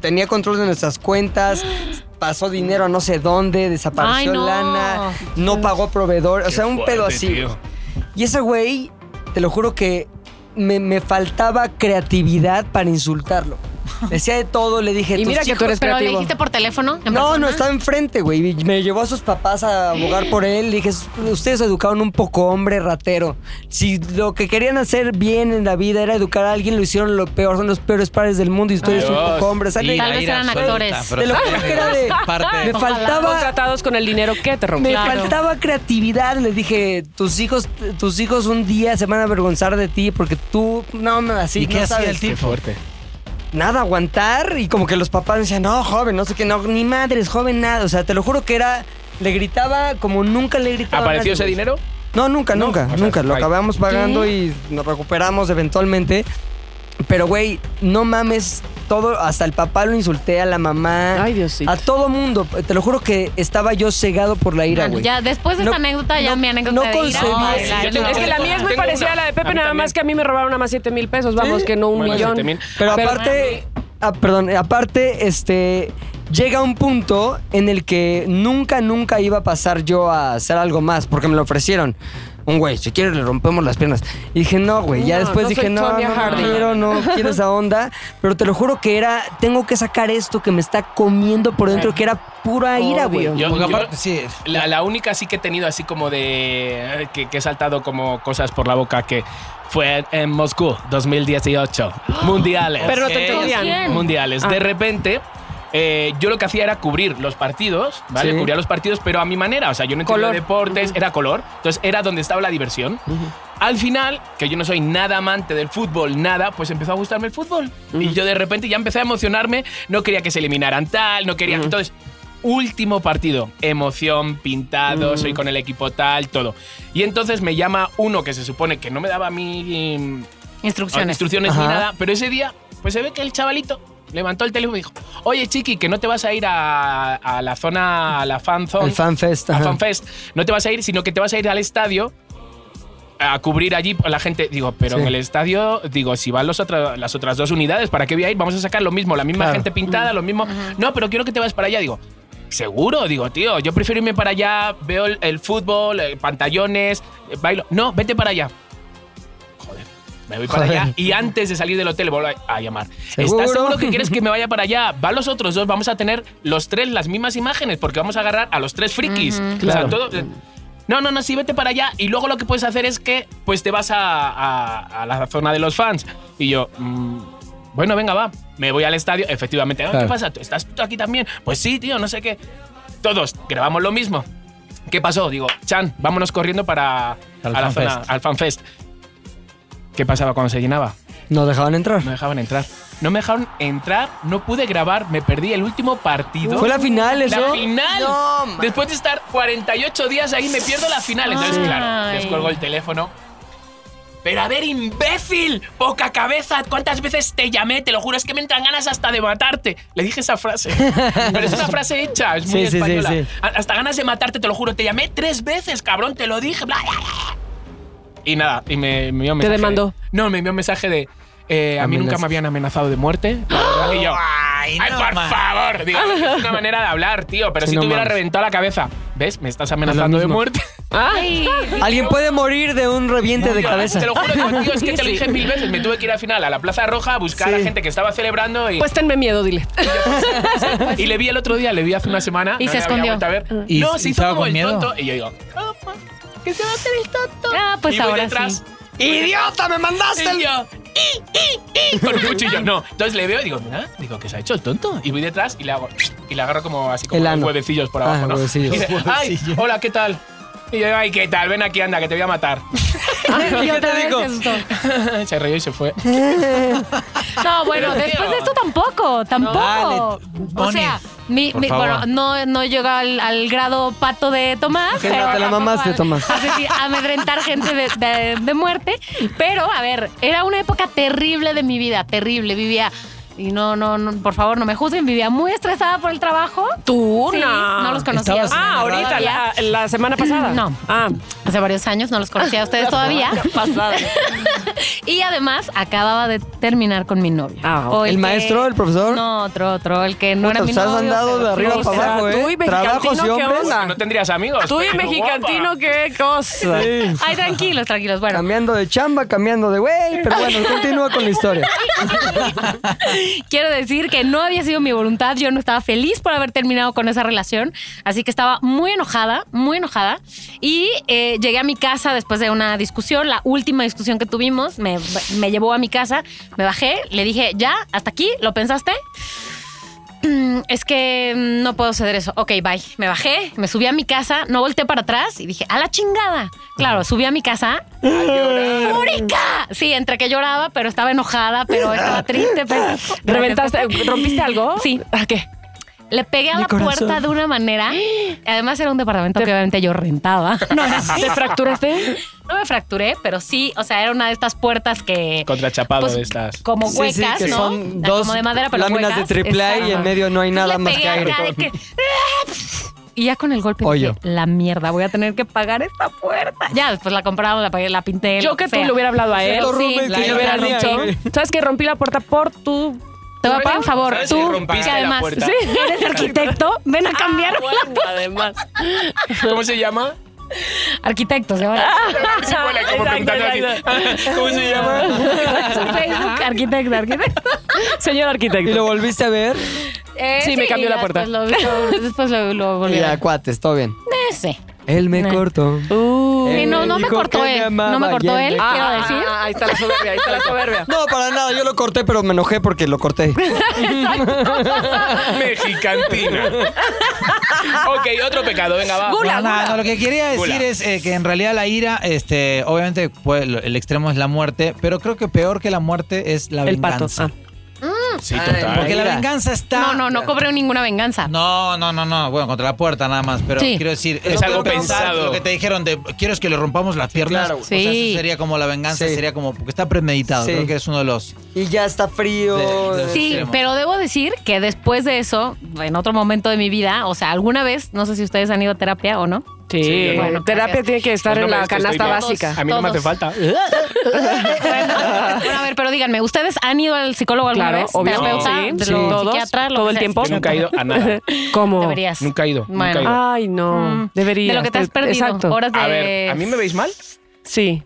D: tenía control de nuestras cuentas, pasó dinero a no sé dónde, desapareció
A: Ay, no.
D: lana, no pagó proveedor, o sea, un pedo
C: fuerte,
D: así.
C: tío.
D: Y ese güey, te lo juro que me, me faltaba creatividad para insultarlo. Decía de todo, le dije...
B: Y
D: "Tus
B: mira que tú eres
A: ¿Pero le
B: creativo.
A: dijiste por teléfono? en
D: no,
A: persona?
D: no, estaba enfrente, güey. Y Me llevó a sus papás a abogar por él. Le dije, ustedes educaron un poco hombre ratero. Si lo que querían hacer bien en la vida era educar a alguien, lo hicieron lo peor. Son los peores padres del mundo y ustedes son
C: Dios.
D: un poco hombre. Sale-
E: Y
A: Tal
E: la
A: vez
E: ira
A: eran
E: absoluta,
A: actores.
E: pero
D: Te lo
E: también
D: juro que era de-
E: parte-
D: me faltaba...
B: Contratados con el dinero que te
D: Me
B: rompí.
A: Claro.
D: faltaba creatividad, le dije, tus hijos, tus hijos un día se van a avergonzar de ti porque tú, no, no, así
E: ¿Y qué
D: no
E: hacía
D: sabes.
E: el
C: Qué
E: tipo?
C: fuerte.
D: nada, aguantar. Y como que los papás decían, no, joven, no sé qué, no, ni madres, joven, nada. O sea, te lo juro que era. Le gritaba como nunca le gritaba. a nadie,
C: ¿Apareció ese
D: güey.
C: dinero?
D: No, nunca,
C: No,
D: nunca,
C: o sea,
D: nunca. Lo
C: bye.
D: acabamos pagando y nos recuperamos eventualmente. Pero, güey, no mames, todo, hasta el papá lo insulté, a la mamá.
B: Ay, Diosito.
D: A todo mundo. Te lo juro que estaba yo cegado por la ira,
A: Bueno,
D: güey.
A: ya después de
D: No-
A: esta anécdota, ya
D: no-
A: mi anécdota
D: no
A: de ira.
D: concebí
A: Ay,
D: eso.
A: la-
C: Yo
A: yo-
C: tengo-
B: Es que la mía es muy
C: Tengo
B: parecida
C: una.
B: a la de
C: A
B: Pepe,
C: mí
B: nada
C: también.
B: más que a mí me robaron nada más 7 mil pesos, vamos, que no un
C: Bueno,
B: millón.
C: siete mil.
D: Pero
B: Pero-
D: aparte, ah, perdón, aparte, este, llega un punto en el que nunca, nunca iba a pasar yo a hacer algo más, porque me lo ofrecieron. Un güey, si quieres le rompemos las piernas. Y dije, no, güey. Ya
B: No,
D: después
B: no
D: dije,
B: soy
D: no, no,
B: Tonya
D: no
B: Harding".
D: quiero, no quiero esa onda. Pero te lo juro que era, tengo que sacar esto que me está comiendo por dentro, que era pura ira, güey.
C: Yo-
E: Porque
C: yo-
E: aparte, sí.
C: La, la única sí que he tenido así como de... eh, Que, que he saltado como cosas por la boca que fue en Moscú 2018. Mundiales.
B: Pero no te
C: Eh,
B: entendían.
A: ¿Quién?
C: Mundiales. De repente... eh, yo lo que hacía era cubrir los partidos, ¿vale?
D: Sí.
C: Cubría los partidos, pero a mi manera. O sea, yo no entendía
B: Color.
C: deportes, era color. Entonces, era donde estaba la diversión. Al final, que yo no soy nada amante del fútbol, nada, pues empezó a gustarme el fútbol. Y yo de repente ya empecé a emocionarme, no quería que se eliminaran tal, no quería... Entonces, último partido, emoción, pintado, soy con el equipo tal, todo. Y entonces me llama uno que se supone que no me daba mi
A: Instrucciones.
C: instrucciones ni
D: Ajá.
C: nada, pero ese día, pues se ve que el chavalito levantó el teléfono y dijo, oye chiqui, que no te vas a ir a, a la zona, a la fan zone,
D: El fanfest.
C: a
D: ajá.
C: FanFest, no te vas a ir, sino que te vas a ir al estadio a cubrir allí a la gente. Digo, pero
D: Sí.
C: en el estadio, digo, si van los otra- las otras dos unidades, ¿para qué voy a ir? Vamos a sacar lo mismo, la misma
D: Claro.
C: gente pintada, lo mismo. No, pero quiero que te vayas para allá. Digo, seguro, digo, tío, yo prefiero irme para allá, veo el, el fútbol, eh, pantallones, eh, bailo. No, vete para allá. Joder. Me voy para
D: Joder.
C: allá y antes de salir del hotel vuelvo a- a llamar.
D: ¿Seguro?
C: ¿Estás seguro que quieres que me vaya para allá? Van los otros dos, vamos a tener los tres las mismas imágenes porque vamos a agarrar a los tres frikis. O sea,
D: Claro.
C: todo- eh, no, no, no, sí, vete para allá. Y luego lo que puedes hacer es que pues te vas a, a- a la zona de los fans. Y yo, mm, bueno, venga, va. Me voy al estadio, efectivamente. "Ah,
E: Claro.
C: ¿Qué pasa? ¿Tú- ¿Estás tú aquí también? Pues sí, tío, no sé qué. Todos grabamos lo mismo. ¿Qué pasó? Digo, Chan, vámonos corriendo para
E: Al
C: a la
E: FanFest.
C: zona, al FanFest. ¿Qué pasaba cuando se llenaba?
D: No dejaban entrar.
C: No dejaban entrar. No me dejaron entrar, no pude grabar, me perdí el último partido.
D: Fue la final, eso.
C: La final.
D: No, man.
C: Después de estar 48 días ahí, me pierdo la final. Entonces,
A: Ay.
C: claro, descolgo el teléfono. Pero a ver, imbécil, poca cabeza, ¿cuántas veces te llamé? Te lo juro, es que me entran ganas hasta de matarte. Le dije esa frase. Pero es una frase hecha, es muy
D: Sí, sí, sí,
C: española.
D: sí.
C: A- Hasta ganas de matarte, te lo juro. Te llamé tres veces, cabrón, te lo dije. bla, bla, bla. Y nada, y me, me envió un
B: ¿Te
C: mensaje de-
B: demandó?
C: no, me envió un mensaje de. eh, a mí
D: Amenaza.
C: nunca me habían amenazado de muerte. la verdad. Y yo,
E: Ay,
C: Ay,
E: no,
C: por
E: man.
C: favor, digo, es una manera de hablar, tío, pero
D: Sí,
C: si
D: no
C: te hubiera
D: mames.
C: reventado la cabeza. ¿Ves? Me estás amenazando de
D: mismo.
C: muerte.
B: Ah.
A: Ay,
D: Alguien puede morir de un reviente de cabeza.
C: Te lo juro, digo, tío, es que te lo dije mil veces. Me tuve que ir al final a la Plaza Roja a buscar a la gente que estaba celebrando y,
B: Pues tenme miedo, dile.
C: y le vi el otro día, le vi hace una semana.
A: pues. Y
C: no
A: se
C: le
A: escondió.
C: había vuelto A ver.
E: ¿Y-
C: no,
E: y
C: se
E: estaba
C: hizo como
E: con
C: el
E: miedo?
C: tonto. Y yo digo, "Opa, que se va a hacer el tonto.
A: Ah, pues
C: y voy
A: ahora
C: detrás.
A: sí.
D: ¡Idiota, me mandaste!
C: Y yo, "I, i, i", con un cuchillo. No. Entonces le veo y digo, mira, digo que se ha hecho el tonto. Y voy detrás y le hago, y le agarro como así como
D: El
C: los
D: ano.
C: huevecillos por
D: Ah,
C: abajo, ¿no?
D: huevecillos.
C: Y dice, ay, hola, ¿qué tal? Y yo, ay, ¿qué tal? Ven aquí, anda, que te voy a matar.
A: y otra vez
D: digo.
A: se asustó.
C: se rió y se fue.
A: No, bueno,
C: Pero,
A: después
C: tío.
A: de esto tampoco, tampoco.
E: Dale,
A: o sea, mi,
E: por
A: mi-
E: favor.
A: bueno, no, no llegó al, al grado pato de Tomás.
D: Que no te la
A: tampoco
D: mamaste,
A: a-
D: Tomás.
A: a decir, amedrentar gente de, de- de muerte. Pero, a ver, era una época terrible de mi vida, terrible. Vivía, y no, no, no, por favor, no me juzguen, vivía muy estresada por el trabajo.
B: Tú,
A: Sí, no los conocía.
E: Estabas en
A: ustedes
B: Ah, ahorita,
A: todavía.
B: la, la semana pasada.
A: No.
B: Ah,
A: Hace varios años no los conocía a ustedes todavía.
B: pasada.
A: Y además acababa de terminar con mi novia.
B: Ah,
A: O
D: ¿el
A: que-
D: maestro, el profesor?
A: No, otro, otro, el que no era mi
D: Puta, pues,
A: novio.
D: has andado
A: pero
D: de arriba
A: sí,
D: para
A: o sea,
D: abajo,
B: tú y
D: ¿eh? Trabajos y
B: Mexicantino, ¿qué
D: hombres.
B: onda?
C: No tendrías amigos.
B: Tú y
C: pero
B: Mexicantino,
C: guapa.
B: qué cosa.
A: Ay, tranquilos, tranquilos. Bueno,
D: Cambiando de chamba, cambiando de güey, pero bueno, continúa con la historia.
A: quiero decir que no había sido mi voluntad. Yo no estaba feliz por haber terminado con esa relación. Así que estaba muy enojada, muy enojada. Y eh, llegué a mi casa después de una discusión, la última discusión que tuvimos. Me, me llevó a mi casa, me bajé, le dije, ya, hasta aquí, ¿lo pensaste? Mm, Es que mm, no puedo ceder eso. Ok, bye. Me bajé, me subí a mi casa, no volteé para atrás y dije, a la chingada. Claro, subí a mi casa, ¡Fúrica! Sí, entre que lloraba, pero estaba enojada, pero estaba triste. pero-
B: ¿Reventaste? ¿Rompiste algo?
A: Sí.
B: ¿A qué?
A: Le pegué a
D: Mi
A: la
D: corazón.
A: puerta de una manera. Además, era un departamento que obviamente yo rentaba. No, era-
B: ¿Te fracturaste?
A: no me fracturé, pero sí, o sea, era una de estas puertas que.
C: Contrachapado
A: pues,
C: de estas.
A: Como
D: Sí,
A: huecas,
D: sí, que
A: ¿no?
D: son
A: Ah,
D: dos
A: como de madera, pero
D: láminas
A: huecas.
D: de triple A y en
A: Exacto.
D: medio no hay nada
A: Entonces,
D: más
A: le
D: que
A: pegué
D: aire.
A: acá de que- Y ya con el golpe
D: Hoyo.
A: dije, la mierda, voy a tener que pagar esta puerta. Ya, después la compramos, la pagué, la pinté.
B: Yo
A: lo
B: que tú
A: sea.
B: le hubiera hablado a él.
A: Pero
D: Cierto
A: sí,
D: Rubén,
A: la
D: que
A: neta,
D: yo hubiera
A: rompí.
D: dicho.
B: ¿Sabes que rompí la puerta por tu
A: Te voy a pedir un favor.
C: ¿Sabes que
A: Tú,
C: rompiste
A: que
C: la
A: además
C: puerta?
A: eres arquitecto, ven a cambiar.
B: Ah, Bueno, además.
C: ¿Cómo se llama?
A: Arquitecto, se va.
B: Ah.
C: Sí, huele
B: Exacto,
C: como preguntando aquí. ¿Cómo se llama?
A: Su Facebook, arquitecto, arquitecto.
B: Señor
D: ¿Y
B: arquitecto.
D: lo volviste a ver?
A: Eh,
B: Sí, me cambió
A: y
B: la
A: ya
B: puerta.
A: Después lo, lo- después lo, lo volví a
D: Mira,
A: ver.
D: cuates, todo bien.
A: Ese.
D: Él me
A: Nah.
D: cortó.
B: Uh.
A: Sí, no, no me
D: dijo
A: cortó
D: que me
A: él.
D: amaba
A: no me cortó
D: y él
A: él,
D: me-
A: quiero decir.
B: ah, ahí está la soberbia, ahí está la soberbia.
D: No, para nada, yo lo corté, pero me enojé porque lo corté.
C: Mexicantina. ok, otro pecado, venga, va.
E: No, no, no, lo que quería decir
C: Gula.
E: es eh, que en realidad la ira, este, obviamente pues, lo- el extremo es la muerte, pero creo que peor que la muerte es la
B: El pato.
E: venganza.
B: ah.
C: Sí,
E: Porque la
D: Ira.
E: venganza está.
A: No, no, no cobré ninguna venganza.
E: No, no, no, no. Bueno, contra la puerta nada más, pero
A: Sí.
E: quiero decir,
C: Es
E: no
C: algo
E: puedo pensar
C: pensado.
E: Lo que te dijeron de quieres que le rompamos las piernas.
D: Claro.
E: O sea, eso
A: Sí.
E: sería como la venganza,
D: Sí.
E: sería como porque está premeditado.
D: Sí.
E: Creo que es uno de los
D: Y ya está frío.
E: De- de-
A: Sí,
E: extremo.
A: pero debo decir que después de eso, en otro momento de mi vida, o sea, alguna vez, no sé si ustedes han ido a terapia o no.
B: Sí,
C: Sí, yo
A: no.
B: terapia tiene que estar
C: Pues no
B: en
C: me
B: la
C: ves que
B: canasta
C: estoy bien.
B: básica.
C: A mí no me hace
A: Todos.
C: falta.
A: bueno, bueno, a ver, pero díganme, ¿ustedes han ido al psicólogo alguna
B: Claro,
A: vez?
B: obvio.
A: ¿Terapeuta?
B: Sí,
A: ¿Lo-
B: sí.
A: psiquiatra?
B: Todos,
A: Lo
B: todo
A: que
B: el
A: sea?
B: tiempo.
C: Yo nunca he ido a nada.
B: ¿Cómo?
A: Deberías.
C: Nunca he ido, nunca
A: Bueno.
C: he ido.
B: Ay, no.
A: Mm. De
B: Deberías.
A: lo que te has
B: es-
A: perdido.
B: Exacto.
A: Horas de...
C: A ver, ¿a mí me veis mal?
B: Sí.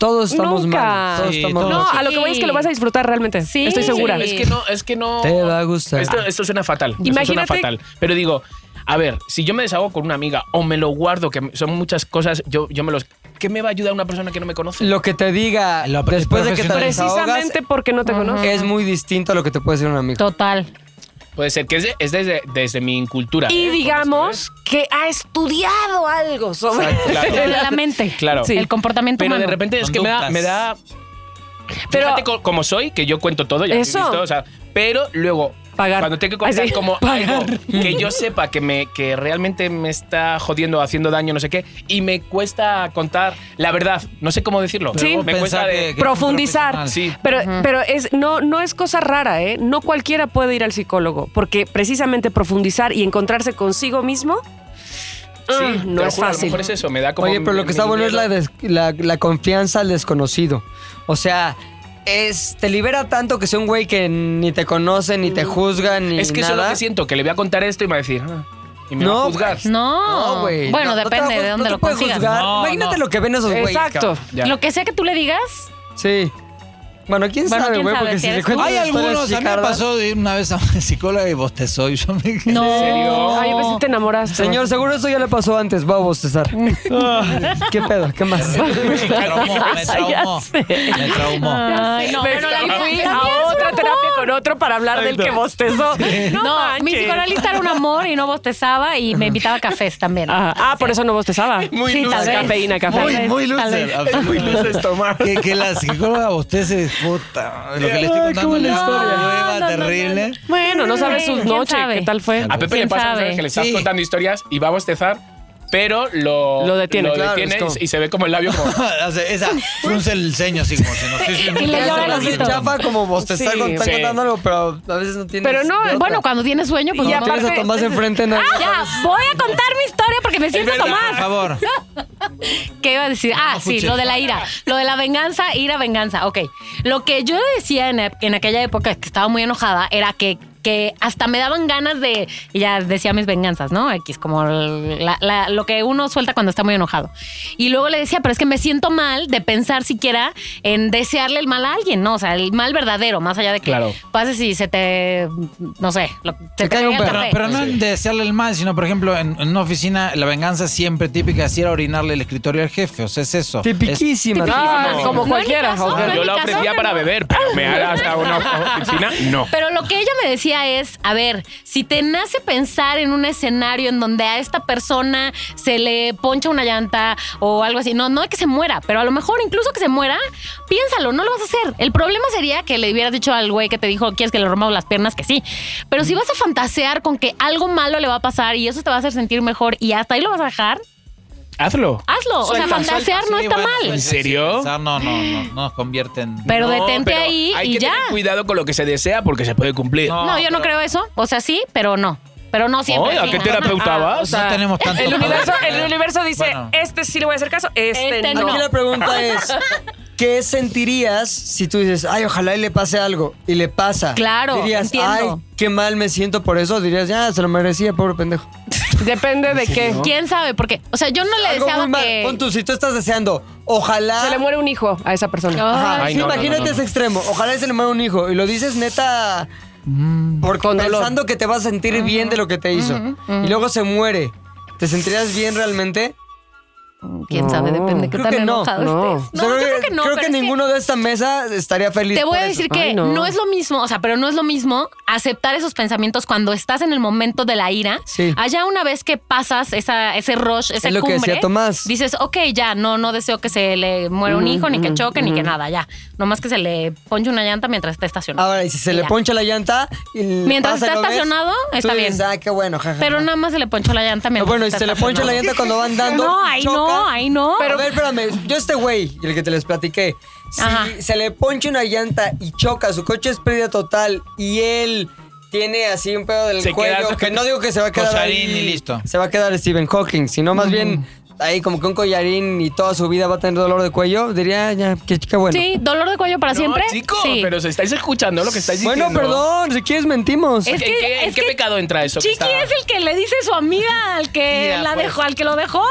D: Todos estamos
B: Nunca.
D: mal. Todos
E: Sí,
D: estamos
E: todos.
B: No,
D: mal.
B: a lo que voy es que lo vas a disfrutar realmente.
A: Sí.
B: Estoy segura.
A: Sí.
C: Es que no, es que no.
D: Te va a gustar.
C: Esto, esto suena fatal. esto suena
B: Imagínate-
C: fatal. Pero digo, a ver, si yo me deshago con una amiga o me lo guardo, que son muchas cosas, yo, yo me los. ¿Qué me va a ayudar una persona que no me conoce?
D: Lo que te diga
E: Lo-
D: después de que te desahogas
B: Precisamente porque no te conozco.
D: es muy distinto a lo que te puede decir un amigo.
A: Total.
C: Puede ser que es, de- es desde, desde mi cultura. ¿eh?
B: Y
C: Con
B: digamos que ha estudiado algo sobre.
C: esto, ¿eh?
A: Sobre
C: Claro.
A: la mente.
C: Claro.
B: Sí.
A: El comportamiento
C: Pero de
A: humano.
C: repente es que me da.
E: Conductas.
C: Me da
B: Pero-
C: fíjate co- como soy, que yo cuento todo, ya habéis
B: Eso.
C: visto, o sea, pero luego.
B: Pagar.
C: Cuando tengo que contar
B: Así,
C: como
B: pagar.
C: algo que yo sepa que, me, que realmente me está jodiendo, haciendo daño, no sé qué, y me cuesta contar la verdad. No sé cómo decirlo.
B: Sí.
C: Me cuesta
E: Pensar
C: de.
E: que-
B: Profundizar.
C: Sí.
B: Pero, pero es, no, no es cosa rara, ¿eh? No cualquiera puede ir al psicólogo, porque precisamente profundizar y encontrarse consigo mismo ah,
C: Sí,
B: no
C: te
B: es
C: juro, A lo
B: fácil.
C: mejor es eso, me da como.
D: Oye, pero lo
C: mi-
D: que está
C: mi
D: bueno es la,
C: miedo.
D: des- la, la confianza al desconocido. O sea, es, te libera tanto que sea un güey que ni te conoce, ni te juzga, ni
C: Es que eso es lo
D: nada.
C: que siento, que le voy a contar esto y me va a decir. ah, y me va a
D: No, pues,
C: juzgar.
A: No.
D: No, güey.
A: Bueno,
D: No, no te
A: depende
D: va-
A: de
D: no
A: dónde
D: te
A: lo
D: puede
A: consigas.
D: juzgar.
E: No,
D: Imagínate
E: no.
D: lo que ven esos güeyes.
B: Exacto.
D: cabrón.
C: Ya.
A: Lo que sea que tú le digas,
D: Sí. Bueno, quién
A: Bueno,
D: sabe,
A: quién
D: güey,
A: sabe,
D: porque
A: si
D: si le
A: eres
D: cuentas
E: Hay
D: historias
E: algunos, a mí me
D: chicardas-
E: pasó de ir una vez a una psicóloga y bostezó y yo me quedé-
A: no.
C: serio?
B: Ay, yo pensé que te enamoraste.
D: Señor, seguro eso ya le pasó antes. Va a bostezar. ¿Qué pedo? ¿Qué más?
E: Me traumó, me traumó.
B: sé.
E: Me traumó.
A: Ay, no,
B: Me
A: pero la mía-
B: fui
A: la
B: a
A: mía es un
B: otra
A: amor.
B: terapia con otro para hablar del que
A: No,
B: bostezó. No,
A: mi
B: manches.
A: psicoanalista era un amor y no bostezaba y me invitaba a cafés también.
B: Ajá. Ah, por eso no bostezaba.
C: Muy
A: Sí, tal
C: lúcido.
A: vez.
B: Cafeína,
A: Tal
B: cafeína.
A: vez,
E: Muy
A: tal
E: loser,
A: vez.
C: Muy
E: absolutamente.
C: luces tomar.
E: Que, que la psicóloga bostece, puta. Lo que le estoy contando es una hueva terrible.
B: Bueno, no sabes sus
A: ¿Quién
B: noches.
A: sabe?
B: ¿Qué tal fue?
C: A Pepe le
A: ¿Quién
C: pasa
A: sabe?
C: muchas veces que le estás
E: Sí.
C: contando historias y va a bostezar, pero lo,
B: Lo detiene. Claro,
C: detiene
D: es como-
C: y se ve como el labio como.
E: O sea, esa frunce el ceño así como si no sí, sí,
A: Y le
E: no,
A: llora
E: no,
A: el
E: no,
A: ojito.
E: no,
D: chafa como bostezar
B: Sí.
D: cuando están
C: Sí.
D: contando algo, pero a veces no tienes.
B: Pero no,
D: de otra. ah,
A: Bueno, cuando ¡Ah! tienes sueño, pues
B: Y
A: no.
D: Cuando tienes a
B: aparte-
D: Tomás enfrente, no.
A: Ya, voy a contar mi historia porque me siento
C: verdad.
E: Por
A: Tomás.
E: favor.
A: ¿Qué iba a decir? Ah,
E: No
A: sí,
E: escuché.
A: lo de la ira. Lo de la venganza, ira, venganza. Ok. Lo que yo decía en, en aquella época, que estaba muy enojada, era que, que hasta me daban ganas de. Y ya decía mis venganzas, ¿no? X, como la- la- lo que uno suelta cuando está muy enojado. Y luego le decía, pero es que me siento mal de pensar siquiera en desearle el mal a alguien, ¿no? O sea, el mal verdadero, más allá de que
C: Claro.
A: pase si se te. No sé, lo- se te,
D: cae
A: caiga
D: un
A: el
D: perro,
E: Pero,
A: café.
E: pero no en desearle el mal, sino por ejemplo en, en una oficina la venganza siempre típica es ir a orinarle el escritorio al jefe, o sea, es eso. Es-
D: Tipiquísima.
B: Ah,
D: tipiquísima.
B: como
A: No,
B: cualquiera.
A: ni caso,
B: ok.
A: no,
C: yo
A: en
C: la
A: mi
C: ofrecía
A: caso,
C: para
A: no.
C: beber, pero me hará hasta una oficina. No.
A: Pero lo que ella me decía es, a ver, si te nace pensar en un escenario en donde a esta persona se le poncha una llanta o algo así, no, no de que se muera, pero a lo mejor incluso que se muera, piénsalo, no lo vas a hacer. El problema sería que le hubieras dicho al güey que te dijo, ¿quieres que le rompamos las piernas? Que sí. Pero
C: Mm.
A: si vas a fantasear con que algo malo le va a pasar y eso te va a hacer sentir mejor y hasta ahí lo vas a dejar,
C: Hazlo.
A: hazlo. o sea,
C: Suelta,
A: fantasear
E: Sí,
A: no está
E: bueno,
A: mal.
E: sí, sí,
C: serio?
E: pensar, No, no, no, no nos convierte en...
A: Pero
C: No,
A: detente
C: pero
A: ahí
C: hay
A: y
C: que
A: ya.
C: tener cuidado con lo que se desea porque se puede cumplir.
E: No,
A: No, yo no
E: pero-
A: creo eso. O sea, sí, pero no. Pero no siempre.
C: Oye, ¿a
A: sí,
C: qué
A: no,
C: terapeuta
B: Ah,
C: vas?
B: o sea,
E: no tenemos tanto
B: El
E: poder.
B: universo, el universo dice,
E: Bueno.
B: este sí le voy a hacer caso, este,
A: Este
B: no.
A: no.
D: Aquí la pregunta es: ¿Qué sentirías si tú dices, ay, ojalá y le pase algo? Y le pasa.
A: Claro,
D: Dirías,
A: entiendo.
D: ay, qué mal me siento por eso. Dirías, ya, se lo merecía, pobre pendejo.
B: Depende de qué.
A: ¿Quién sabe? Porque, o sea, yo no le
D: Algo
A: deseaba
D: muy mal.
A: que...
D: Pon tú, si tú estás deseando, ojalá.
B: Se le muere un hijo a esa persona.
D: Ajá,
A: Ay,
D: sí,
C: no, no,
D: imagínate
C: no, no.
D: ese extremo. Ojalá y se le muera un hijo. Y lo dices neta. Porque
B: Mm. Con dolor.
D: pensando que te vas a sentir bien de lo que te hizo. Y luego se muere. ¿Te sentirías bien realmente?
A: ¿Quién sabe? Depende de qué
D: Creo
A: tan
D: que no,
A: enojado
B: no.
A: estés. No, yo creo que no.
D: Creo
A: pero
D: que
A: es que-
D: ninguno de esta mesa estaría feliz.
A: Te voy
D: por
A: a
D: eso.
A: decir que
B: Ay, no.
A: no. es lo mismo, o sea, pero no es lo mismo aceptar esos pensamientos cuando estás en el momento de la ira.
D: Sí.
A: Allá una vez que pasas esa, ese rush, esa
D: Es lo que
A: cumbre,
D: decía Tomás.
A: dices, ok, ya, no, no deseo que se le muera un hijo, ni que choque, ni que nada, ya. Nomás que se le ponche una llanta mientras está estacionado.
D: Ahora, y si se
A: Y
D: le
A: ya.
D: poncha la llanta. y le
A: Mientras
D: pasa,
A: está
D: ¿lo ves?
A: estacionado,
D: Tú
A: está
D: dices,
A: bien.
D: "Ah, qué bueno, jaja".
A: Pero nada más se le ponchó la llanta mientras
D: bueno, y
A: está
D: se le poncha la
A: estacionado.
D: llanta cuando va andando.
A: No, ahí
D: choca.
A: no, ahí no.
D: Pero, a ver, espérame. Yo este güey, el que te les platiqué, si
A: Ajá.
D: se le poncha una llanta y choca, su coche es pérdida total y él tiene así un pedo del
C: Se
D: cuello,
C: queda-
D: que no digo que se va a quedar
E: Collarín
D: ahí,
E: y listo.
D: Se va a quedar Stephen Hawking, sino más
A: Mm.
D: bien ahí como que un collarín y toda su vida va a tener dolor de cuello, diría, ya, qué, qué bueno.
A: Sí, dolor de cuello para
C: No,
A: siempre.
C: chico,
A: sí.
C: pero se estáis escuchando lo que estáis diciendo.
D: Bueno, perdón, si quieres mentimos.
A: Es
C: ¿En
A: que-
C: qué, en
A: es
C: qué
A: que
C: pecado entra eso? que
A: Chiqui
C: está-
A: es el que le dice su amiga al que
C: Ya,
A: la
C: pues.
A: dejó, al que lo dejó.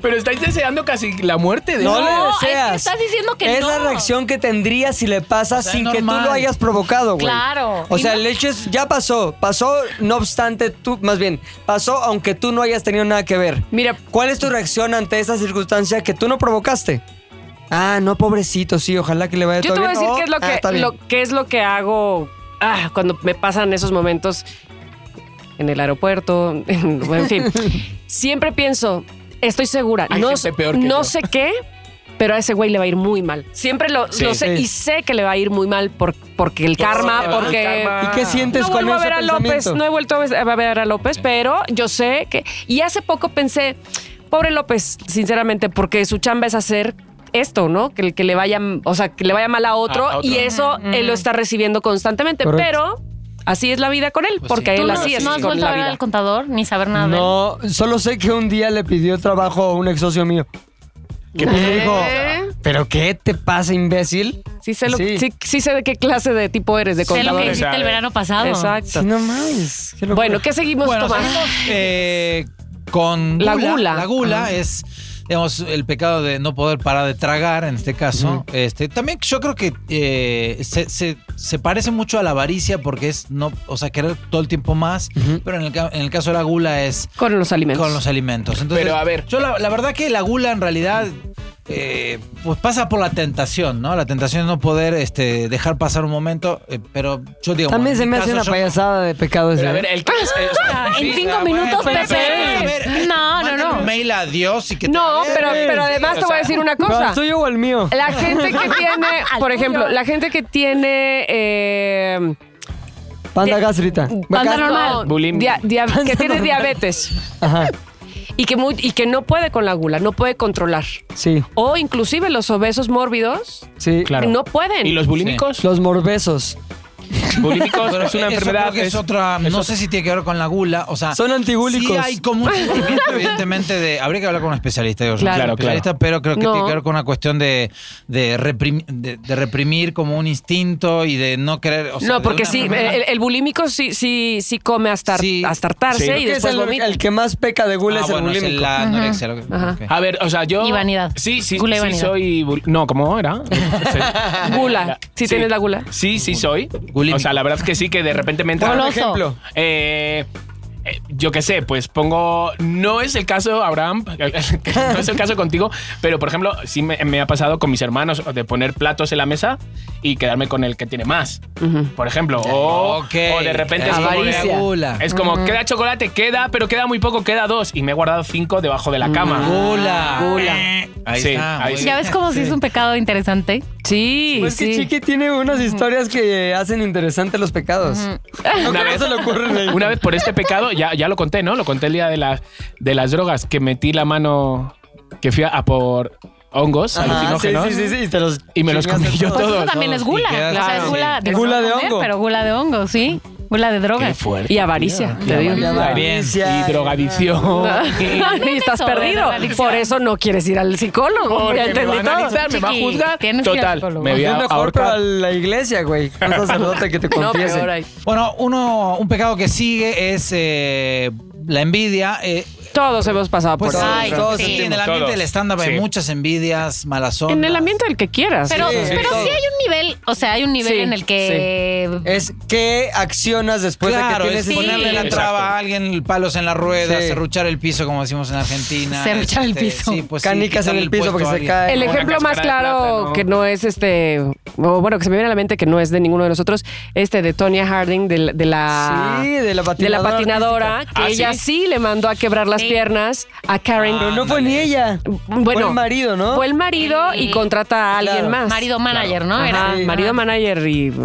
C: Pero estáis deseando casi la muerte de
D: No,
C: él.
A: No, es que
D: le deseas.
A: estás diciendo que
D: Es la
A: no.
D: reacción que tendría si le pasa
E: sea,
D: sin
E: es
D: que tú
E: normal.
D: lo hayas provocado, güey.
A: Claro.
D: O
A: Y
D: sea,
A: no-
D: el hecho es, ya pasó. Pasó, no obstante tú, más bien, pasó aunque tú no hayas tenido nada que ver.
B: Mira,
D: ¿Cuál es tu reacción ante esa circunstancia que tú no provocaste? Ah, no, pobrecito, sí, ojalá que le vaya
B: Yo te
D: todo
B: voy a
D: bien.
B: decir
D: Oh,
B: qué es lo
D: ah,
B: que,
D: está bien.
B: lo- qué es lo que hago ah, cuando me pasan esos momentos en el aeropuerto, en, en fin. Siempre pienso, estoy segura,
C: Hay
B: no,
C: gente
B: sé-
C: peor que
B: no
C: yo.
B: sé qué, pero a ese güey le va a ir muy mal. Siempre lo,
C: Sí,
B: lo sé
D: sí.
B: y sé que le va a ir muy mal por- porque el karma,
C: sí,
B: porque...
C: el karma.
D: ¿Y qué sientes
B: Ah. No
D: con
B: vuelvo a
D: ese
B: ver a López,
D: pensamiento?
B: no he vuelto a ver- a ver a López, pero yo sé que. Y hace poco pensé, pobre López, sinceramente, porque su chamba es hacer esto, ¿no? Que, el- que le vaya, o sea, que le vaya mal a otro,
C: A- a otro.
B: y eso él lo está recibiendo constantemente,
D: Correcto. Pues
B: pero así es la vida con él, porque
A: ¿Tú
B: él
A: no,
B: así es
A: no has
B: con
A: vuelto
B: la
A: a ver
B: vida.
A: al contador ni saber nada de él?
D: No, solo sé que un día le pidió trabajo a un ex socio mío. Y le dijo,
A: ¿Eh?
D: ¿pero qué te pasa, imbécil?
B: Sí sé, lo-
D: Sí.
B: sí- sí sé de qué clase de tipo eres de
A: Sé lo
B: contador.
A: que hiciste
C: sabe.
A: el verano pasado.
B: Exacto.
D: Sí, no mames. qué locura.
B: Bueno, ¿qué seguimos
E: Bueno,
B: tomando?
E: seguimos, eh, con
B: La gula.
E: La gula es, digamos, el pecado de no poder parar de tragar, en este caso. Este, también yo creo que eh, se, se- se parece mucho a la avaricia porque es no, o sea, querer todo el tiempo más, pero en el, ca- en el caso de la gula es
B: Con los alimentos.
E: con los alimentos. Entonces,
C: Pero, a ver.
E: Yo la, la verdad que la gula en realidad eh, pues pasa por la tentación, ¿no? La tentación de no poder este, dejar pasar un momento, eh, pero yo digo...
D: También se me hace una payasada de pecado ese.
C: Pero a ver,
D: ¿eh?
C: el que es- eh, o sea,
A: Ah, En
C: sí,
A: cinco
D: ah,
A: minutos, Pepe. No, no,
E: Mándale un
A: no.
E: mail a Dios y que te
B: No,
E: alegres.
B: pero, pero además
C: Sí,
B: te
C: o
B: voy a
C: sea,
B: decir una
D: ¿Pero
B: cosa.
D: ¿El tuyo o el mío?
B: La gente que tiene,
A: Al
B: por
A: tuyo.
B: ejemplo, la gente que tiene eh,
D: Panda gastrita.
A: Panda
D: Gasto.
A: normal.
B: no,
C: Bulimia.
B: dia- dia- que tiene diabetes
D: Ajá,
B: y que muy- y que no puede con la gula, no puede controlar.
D: sí,
B: O inclusive los obesos mórbidos
D: sí.
C: Claro.
B: no pueden.
C: ¿Y los bulímicos?
D: Los morbesos.
C: Bulímicos
E: Pero
C: es una
E: eso
C: enfermedad.
E: creo que es, otra, no sé si tiene que ver con la gula, o sea,
D: Son antigúlicos.
E: Ah, Sí hay como un sentimiento, evidentemente de habría que hablar con un especialista, digo yo, no soy
B: Claro.
E: especialista, pero creo que
B: No.
E: tiene que ver con una cuestión de, de, reprim- de- de reprimir como un instinto y de no querer, o sea,
B: no,
E: de
B: porque
E: una
B: sí,
E: enfermedad.
B: el, el bulímico sí, sí, sí come hasta,
E: Sí.
B: hasta hartarse
C: Sí.
B: y
C: Creo
D: ¿Qué es
B: después
D: el,
B: vomita.
D: el que más peca de gula
E: Ah,
D: es el
E: bueno, es
D: bulímico.
E: la anorexia, lo que-
B: Ajá.
E: ok.
C: A ver, o sea, yo.
A: Y vanidad.
C: Sí, sí,
A: Gula y
C: sí
A: vanidad.
C: soy. bul- No, ¿cómo era? Sí.
B: Gula. ¿Sí tienes la gula?
C: Sí, sí soy.
E: Bulímico.
C: O sea, la verdad es que sí, que de repente me entra.
A: Goloso.
D: Por ejemplo.
C: Eh, eh, yo qué sé, pues pongo. No es el caso, Abraham, no es el caso contigo, pero por ejemplo, sí me, me ha pasado con mis hermanos de poner platos en la mesa y quedarme con el que tiene más. Por ejemplo, o,
E: Ok.
C: o de repente es como, de-
E: Avaricia. Gula.
C: es como queda chocolate, queda, pero queda muy poco, queda dos. Y me he guardado cinco debajo de la cama.
E: Mm. Gula.
B: Gula.
E: Ahí
C: Sí,
E: está.
C: ahí
E: muy
C: sí.
A: Ya
E: bien.
A: ves como si es un pecado interesante.
B: Sí,
D: Pues que
B: sí.
D: Chiqui tiene unas historias que hacen interesantes los pecados. No,
C: Una
D: que no
C: vez-
D: se le ocurren ahí.
C: Una vez por este pecado, ya, ya lo conté, ¿no? Lo conté el día de, las de las drogas, que metí la mano, que fui a, a por
E: Ah,
C: hongos
D: Ajá, sí,
C: alucinógenos.
D: sí, sí, sí, y te los
C: Y me los comí
D: chingaste
C: yo
D: todos.
A: Pues eso
E: Todos,
A: también
E: todos.
A: es gula.
E: Y quedas-
A: o sea, es
E: Claro,
A: gula
E: sí.
A: de,
D: Gula de
A: comer,
D: hongo.
A: Pero gula de hongo, sí. Huela de droga.
C: Qué fuerte.
B: Y avaricia, te digo.
D: avaricia. avaricia. eh,
C: Y drogadicción.
B: Y estás
A: Eso,
B: perdido.
A: de la
B: Por eso no quieres ir al psicólogo.
C: Porque
B: ya
C: me
B: entendí
C: van a
B: todo.
C: analizar, me va a
A: Chiqui,
C: juzgar.
A: tienes que ir al
C: Total,
A: psicólogo.
C: me voy
D: Es
C: a
D: mejor para
C: ahorcar.
D: la iglesia, güey. Un sacerdote que te
B: No,
D: confiese.
B: peor ahí.
E: Bueno, uno, un pecado que sigue es eh, la envidia. eh,
B: Todos hemos pasado Ah, por
E: pues
B: eso.
A: Ay,
D: todos
A: sí.
E: en
D: sentimos.
E: el ambiente
C: todos.
E: del stand-up hay
C: Sí.
E: muchas envidias, malas ondas.
B: En el ambiente del que quieras.
A: Pero,
D: Sí,
A: pero
D: todo.
A: sí hay un nivel, o sea, hay un nivel
B: Sí,
A: en el que
D: Es qué accionas después
E: Claro,
D: de que
E: es Ah,
D: tienes
E: ponerle la
A: Sí.
E: traba a alguien, palos en la rueda,
D: Sí.
E: serruchar el piso, como decimos en Argentina.
A: Serruchar el piso.
E: sí, pues sí,
D: canicas en
E: quitarle
D: el piso
E: puesto
D: porque
E: a
D: se
E: alguien.
D: cae.
B: El
C: Como una
B: ejemplo más
C: cáscara de
B: claro
C: plátano.
B: que no es este, o bueno, que se me viene a la mente que no es de ninguno de nosotros, este de Tonya Harding, de, la- de la...
D: Sí, de la
B: de la
D: patinadora
B: patinadora, que
C: Ah, ¿sí? Ah.
B: ella ¿sí? le mandó a quebrar las
A: Sí.
B: piernas a Karen.
D: Pero no fue ni ella.
B: bueno,
D: fue el marido, ¿no?
B: Fue el marido y
A: Sí.
B: contrata a alguien
D: Claro.
B: más.
A: marido manager, ¿no?
B: Ajá,
A: Era-
B: marido manager y...
A: ¿Cu-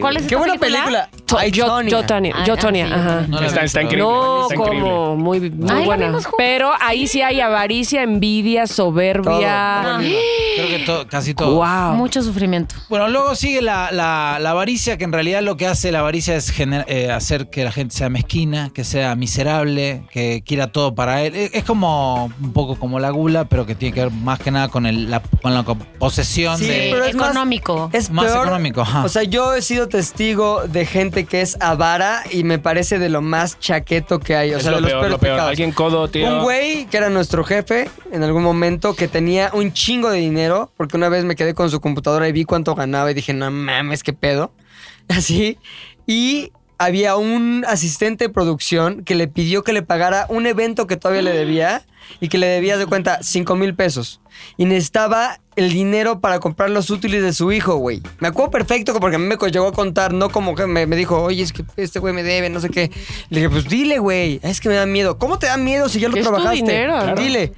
A: ¿Cuál es
D: Qué
A: esta
D: buena película.
B: To-
D: Ay,
B: yo,
D: Tonya.
B: yo, Tania,
A: Ah,
B: yo,
A: ah,
B: Tonya,
A: sí,
B: ajá.
A: yo
E: No la
C: Está,
E: vi.
C: está increíble.
B: No,
C: está increíble.
B: como muy, muy
A: Ay, la
B: buena.
A: vimos juntos.
B: Pero ahí sí hay avaricia, envidia, soberbia.
A: Ah.
D: Todo.
E: Creo que to- casi todo.
B: Wow.
A: Mucho sufrimiento.
E: Bueno, luego sigue la, la- la avaricia, que en realidad lo que hace la avaricia es gener- eh, hacer que la gente sea mezquina, que sea miserable, que quiera todo para él. E-, Es, es como un poco como la gula, pero que tiene que ver más que nada con, el, la, con la co- posesión
D: Sí,
E: de...
D: pero es más-
A: económico.
D: Es
E: Más
D: peor.
E: económico, ajá.
D: O sea, yo he sido testigo de gente que es avara y me parece de lo más chaqueto que hay. O
C: Es
D: sea,
C: lo
D: de los
C: peor,
D: peores
C: lo peor.
D: pecados.
C: Alguien codo, tío.
D: Un güey que era nuestro jefe en algún momento que tenía un chingo de dinero, porque una vez me quedé con su computadora y vi cuánto ganaba y dije, no mames, qué pedo. Así. Y había un asistente de producción que le pidió que le pagara un evento que todavía le debía y que le debía de cuenta 5 mil pesos. Y necesitaba el dinero para comprar los útiles de su hijo, güey. Me acuerdo perfecto porque a mí me co- llegó a contar, no como que me, me dijo, oye, es que este güey me debe, no sé qué. Le dije, pues dile, güey, es que me da miedo. ¿Cómo te da miedo si ya lo
B: Es tu
D: trabajaste? "Pues
B: dinero, claro.
D: Dile.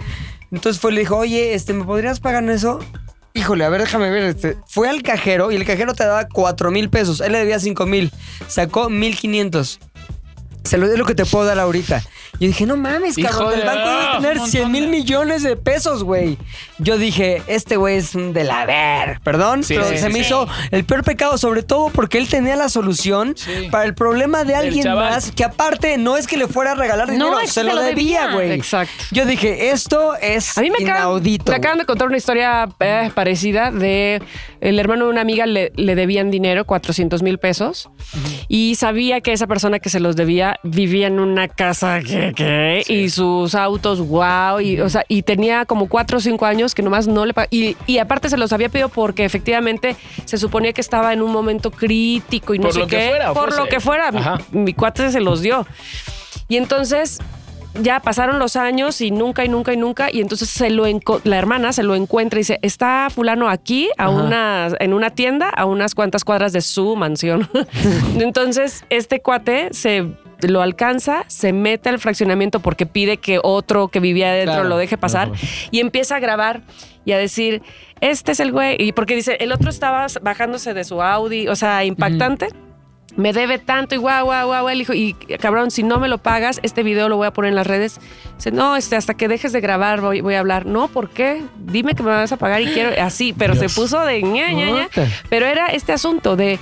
D: Entonces fue, le dijo, oye, este, ¿me podrías pagar eso? Híjole, a ver, déjame ver. Este. Fue al cajero y el cajero te daba 4 mil pesos. Él le debía 5 mil. Sacó 1500. Se lo es lo que te puedo dar ahorita. Yo dije, no mames,
C: Hijo
D: cabrón.
C: de-
D: El banco debe
C: ¡Ah!
D: tener
E: Un
D: 100 mil
E: montón de-
D: millones de pesos, güey. Yo dije, este güey es un de la ver. Perdón,
C: Sí,
D: pero
C: sí,
D: se
C: sí,
D: me
C: sí.
D: hizo el peor pecado, sobre todo porque él tenía la solución
E: Sí.
D: para el problema de alguien
C: chaval.
D: más que, aparte, no es que le fuera a regalar
A: No,
D: dinero,
A: es que
D: se lo debía, güey.
B: Exacto.
D: Yo dije, esto es
B: A mí me acaban,
D: inaudito.
B: me acaban de contar una historia eh, parecida de el hermano de una amiga le, le debían dinero, 400 mil pesos, y sabía que esa persona que se los debía vivía en una casa que, que, y sus autos, wow, y, o sea, y tenía como 4 o 5 años que nomás no le pag- y, y aparte se los había pedido porque efectivamente se suponía que estaba en un momento crítico y no
C: Por
B: sé
C: lo que
B: qué,
C: fuera,
B: por lo
C: fuese.
B: que fuera, mi-
C: Ajá.
B: mi cuate se los dio. Y entonces ya pasaron los años y nunca y nunca y nunca y entonces se lo enco- la hermana se lo encuentra y dice, "Está fulano aquí a una en una tienda a unas cuantas cuadras de su mansión." entonces, este cuate se lo alcanza, se mete al fraccionamiento porque pide que otro que vivía adentro
D: Claro.
B: lo deje pasar y empieza a grabar y a decir, "Este es el güey" y porque dice, "El otro estaba bajándose de su Audi", o sea, impactante me debe tanto y guau, guau, guau, el hijo. Y cabrón, si no me lo pagas, este video lo voy a poner en las redes. Dice, no, este, hasta que dejes de grabar voy, voy a hablar. No, ¿por qué? Dime que me vas a pagar y quiero así. Pero se puso de ña, ña, ña.
D: Puta.
B: Pero era este asunto de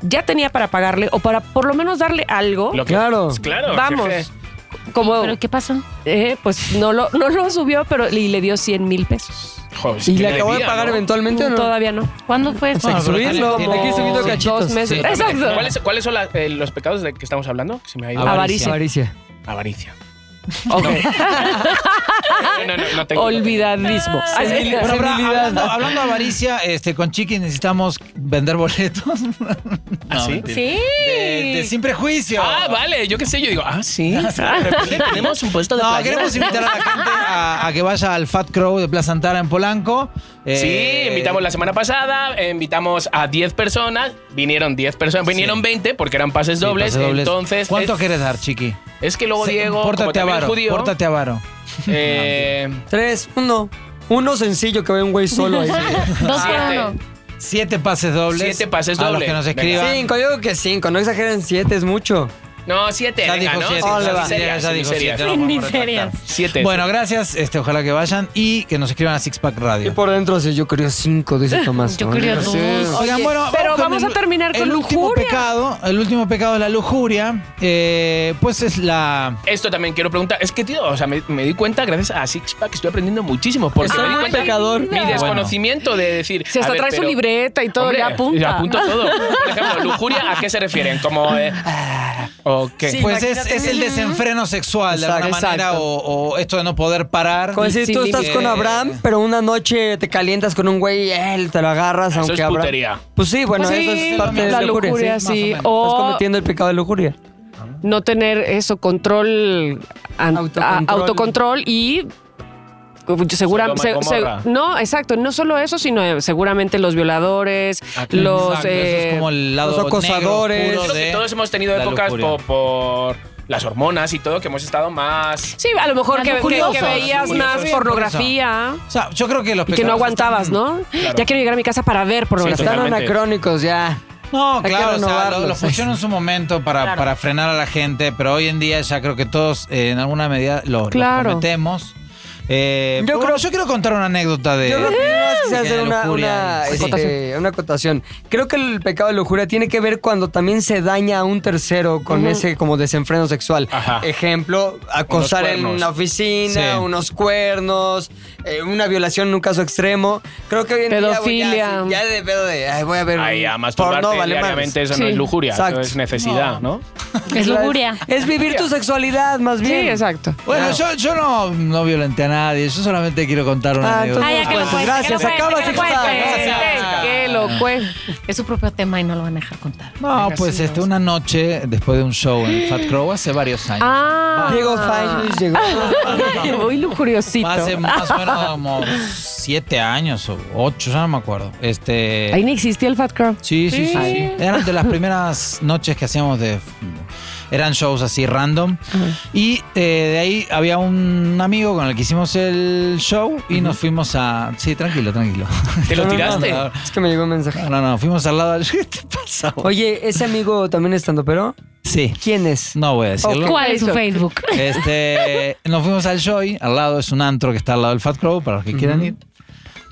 B: ya tenía para pagarle o para por lo menos darle algo.
C: Lo que-
D: Claro.
C: Claro.
B: Vamos.
C: jefe.
B: Como,
A: ¿Pero qué pasó?
B: eh, pues no lo, no lo subió, pero y le dio 100 mil pesos. Mm,
C: Joder, es
D: ¿Y
C: que
D: le
C: no
D: acabó de
C: debía,
D: pagar
C: ¿no?
D: eventualmente o no?
B: Todavía no.
A: ¿Cuándo fue eso?
D: Hay que
E: Bueno, pero
D: subirlo,
E: tiene-
D: hay que ir subiendo
B: Como
D: cachitos.
B: Dos meses.
E: Sí.
B: Exacto.
C: ¿Cuáles, cuáles son la- eh, los pecados de que estamos hablando? Que se me ha
D: Ah,
C: ido.
B: Avaricia.
D: Avaricia.
C: Avaricia.
B: Ok.
D: ah.
C: No, no, no, no tengo.
B: Olvidadismo. Ay,
D: Senil-
E: Bueno, pero
D: senilidad.
E: hablando, hablando de avaricia, este, con Chiqui necesitamos vender boletos.
C: ¿Ah, sí?
E: mentira.
A: Sí.
E: De, de sin prejuicio.
C: Ah, vale. Yo qué sé. Yo digo, ah, sí. Tenemos un puesto de
E: No,
C: playera.
E: queremos invitar a la gente a, a que vaya al Fat Crow de Plaza Antara en Polanco. Eh,
C: Sí, invitamos la semana pasada, eh, invitamos a 10 personas, vinieron 10 personas, vinieron 20 porque eran pases
E: sí,
C: dobles,
E: pases dobles.
C: entonces
E: ¿Cuánto
C: es,
E: quieres dar, Chiqui?
C: es que luego
E: Se-
C: Diego, como
E: pórtate
C: también es
E: avaro,
C: judío,
E: pórtate avaro.
C: eh,
D: Tres, uno. Uno sencillo que ve un güey solo ahí.
A: Dos por
C: Siete.
A: uno.
E: Siete pases dobles.
C: Siete pases
E: A los
C: dobles.
E: que nos
C: Venga.
E: escriban.
D: Cinco, yo digo que cinco. No exageren, siete es mucho.
C: No, siete.
E: Ya
C: venga,
E: dijo
C: ¿no?
E: siete.
C: Sin-
D: Ole,
C: sin
D: va.
C: miserias,
E: Ya
C: sin
E: dijo
C: miserias.
E: siete.
A: Sin
E: vamos a
A: miserias.
E: retractar.
C: Siete.
E: Bueno, gracias. Este, ojalá que vayan y que nos escriban a Sixpack
D: Y
E: Radio.
D: por dentro sí, yo creo cinco, dice Tomás.
A: Yo creo
D: Sí.
A: dos.
E: Oigan, bueno,
B: pero
E: con
B: vamos a terminar con
E: el último
B: lujuria.
E: pecado. El último pecado es la lujuria. Eh, pues es la
C: Esto también quiero preguntar. Es que, tío, o sea, me, me di cuenta gracias a Sixpack estoy aprendiendo muchísimo.
B: Ah,
C: Porque
D: Estoy
C: me di
D: un
C: cuenta
D: pecador.
C: Mi
E: Bueno.
C: desconocimiento de decir.
B: Si
C: a
B: hasta
C: ver,
B: traes su
C: pero-
B: libreta y todo,
C: Hombre,
B: ya apunta.
C: ya
D: Ah,
C: apunto todo. Por ejemplo, lujuria, ¿a qué se refieren? Como. eh,
E: Ah,
C: ¿O qué?
D: Sí.
E: Pues es,
D: Imagínate.
E: es el desenfreno sexual, de
D: Exacto,
E: alguna manera,
B: exacto.
E: o, o esto de no poder parar.
D: Como decir,
B: Sí,
D: tú estás
E: límite.
D: con Abraham, pero una noche te calientas con un güey y él te lo agarras,
C: Eso
D: aunque
C: es
D: Abraham-
C: putería.
D: Pues sí, bueno,
B: Pues sí, Oh.
D: eso es parte
E: la
D: de lujuria.
E: lujuria,
D: sí.
E: más o
B: sí.
E: menos.
B: O
D: Estás cometiendo el pecado de lujuria.
B: no tener eso, control, an-
D: Autocontrol.
B: a- autocontrol y uh, seguramente
C: Sodoma y Gomorra.
B: no exacto no solo eso sino eh, seguramente los violadores
C: Ah, claro.
B: los
E: Exacto, eso
B: eh,
E: es como el lado
D: los acosadores.
E: negro,
C: Yo
E: puro
C: creo
E: de
C: que todos hemos tenido
E: la
C: épocas
E: lujuria.
C: po- por, las hormonas y todo que hemos estado más.
B: sí a lo mejor
A: Más
B: que, que-
A: lujuriosos,
B: que veías
C: lujuriosos.
B: más
E: Sí, por
B: pornografía
E: O sea, yo creo que los
B: y que no
E: pecados
B: aguantabas
E: están-
B: no
C: Claro.
B: ya quiero llegar a mi casa para ver pornografía
D: Están
C: Totalmente.
D: anacrónicos ya.
E: No,
D: Hay que
E: claro, o sea, lo,
D: renovarlos.
E: lo funcionó en su momento para,
A: Claro.
E: para frenar a la gente, pero hoy en día ya creo que todos eh, en alguna medida lo, lo
B: Claro.
E: cometemos. Eh, pero bueno, yo, quiero contar una anécdota de.
D: Yo creo que primero quise
E: de
D: hacer una,
E: Eh, lujuria.
D: una,
E: Sí.
D: este, una acotación. Creo que el pecado de lujuria tiene que ver cuando también se daña a un tercero con ese como desenfreno sexual.
C: Ajá.
D: Ejemplo, acosar
C: Unos
D: en
C: cuernos.
D: una oficina,
E: Sí.
D: unos cuernos, eh, una violación en un caso extremo. Creo que hoy en día...
B: Pedofilia.
D: güey, Ya, sí, ya de pedo de... ay, voy a ver
C: Ahí,
D: un
C: a masturbarte
D: madres.
C: diariamente, eso no
B: Sí.
C: es lujuria, eso
D: Exacto.
C: es necesidad, ¿no?
A: Es lujuria.
D: Es vivir tu sexualidad, más
B: sí
D: bien.
B: exacto
E: Bueno, yo, yo no, no violenté a nadie, yo solamente quiero contar una
D: Ah,
E: anécdota.
A: Ay, ya que lo
D: Pues
A: cuente,
D: gracias,
A: que lo cuente, que
D: acabas de
A: lo cuente.
E: contar.
B: Ey, qué loco eh.
A: Es su propio tema y no lo van a dejar contar.
E: No, pues este, una noche después de un show en Fat Crow hace varios años.
B: ah
D: Diego Fayus llegó.
B: muy lujuriosito
E: Hace más o menos como siete años o ocho, ya no me acuerdo. Este.
B: ahí ni existía el Fat Crow
E: Sí, sí, sí,
B: Sí.
E: sí. Eran de las primeras noches que hacíamos de... Eran shows así random. Y eh, de ahí había un amigo con el que hicimos el show y nos fuimos a... Sí, tranquilo, tranquilo.
C: ¿Te lo
D: No, no,
C: tiraste?
D: no, Es que me llegó un mensaje.
E: No, no, no, fuimos al lado del... ¿Qué te pasa? vos?
D: Oye, ¿ese amigo también estando pero?
E: Sí,
D: ¿Quién es?
E: no voy a decirlo.
A: ¿Cuál es su Facebook?
E: Este, nos fuimos al Joy, al lado es un antro que está al lado del Fat Crow, para los que quieran ir.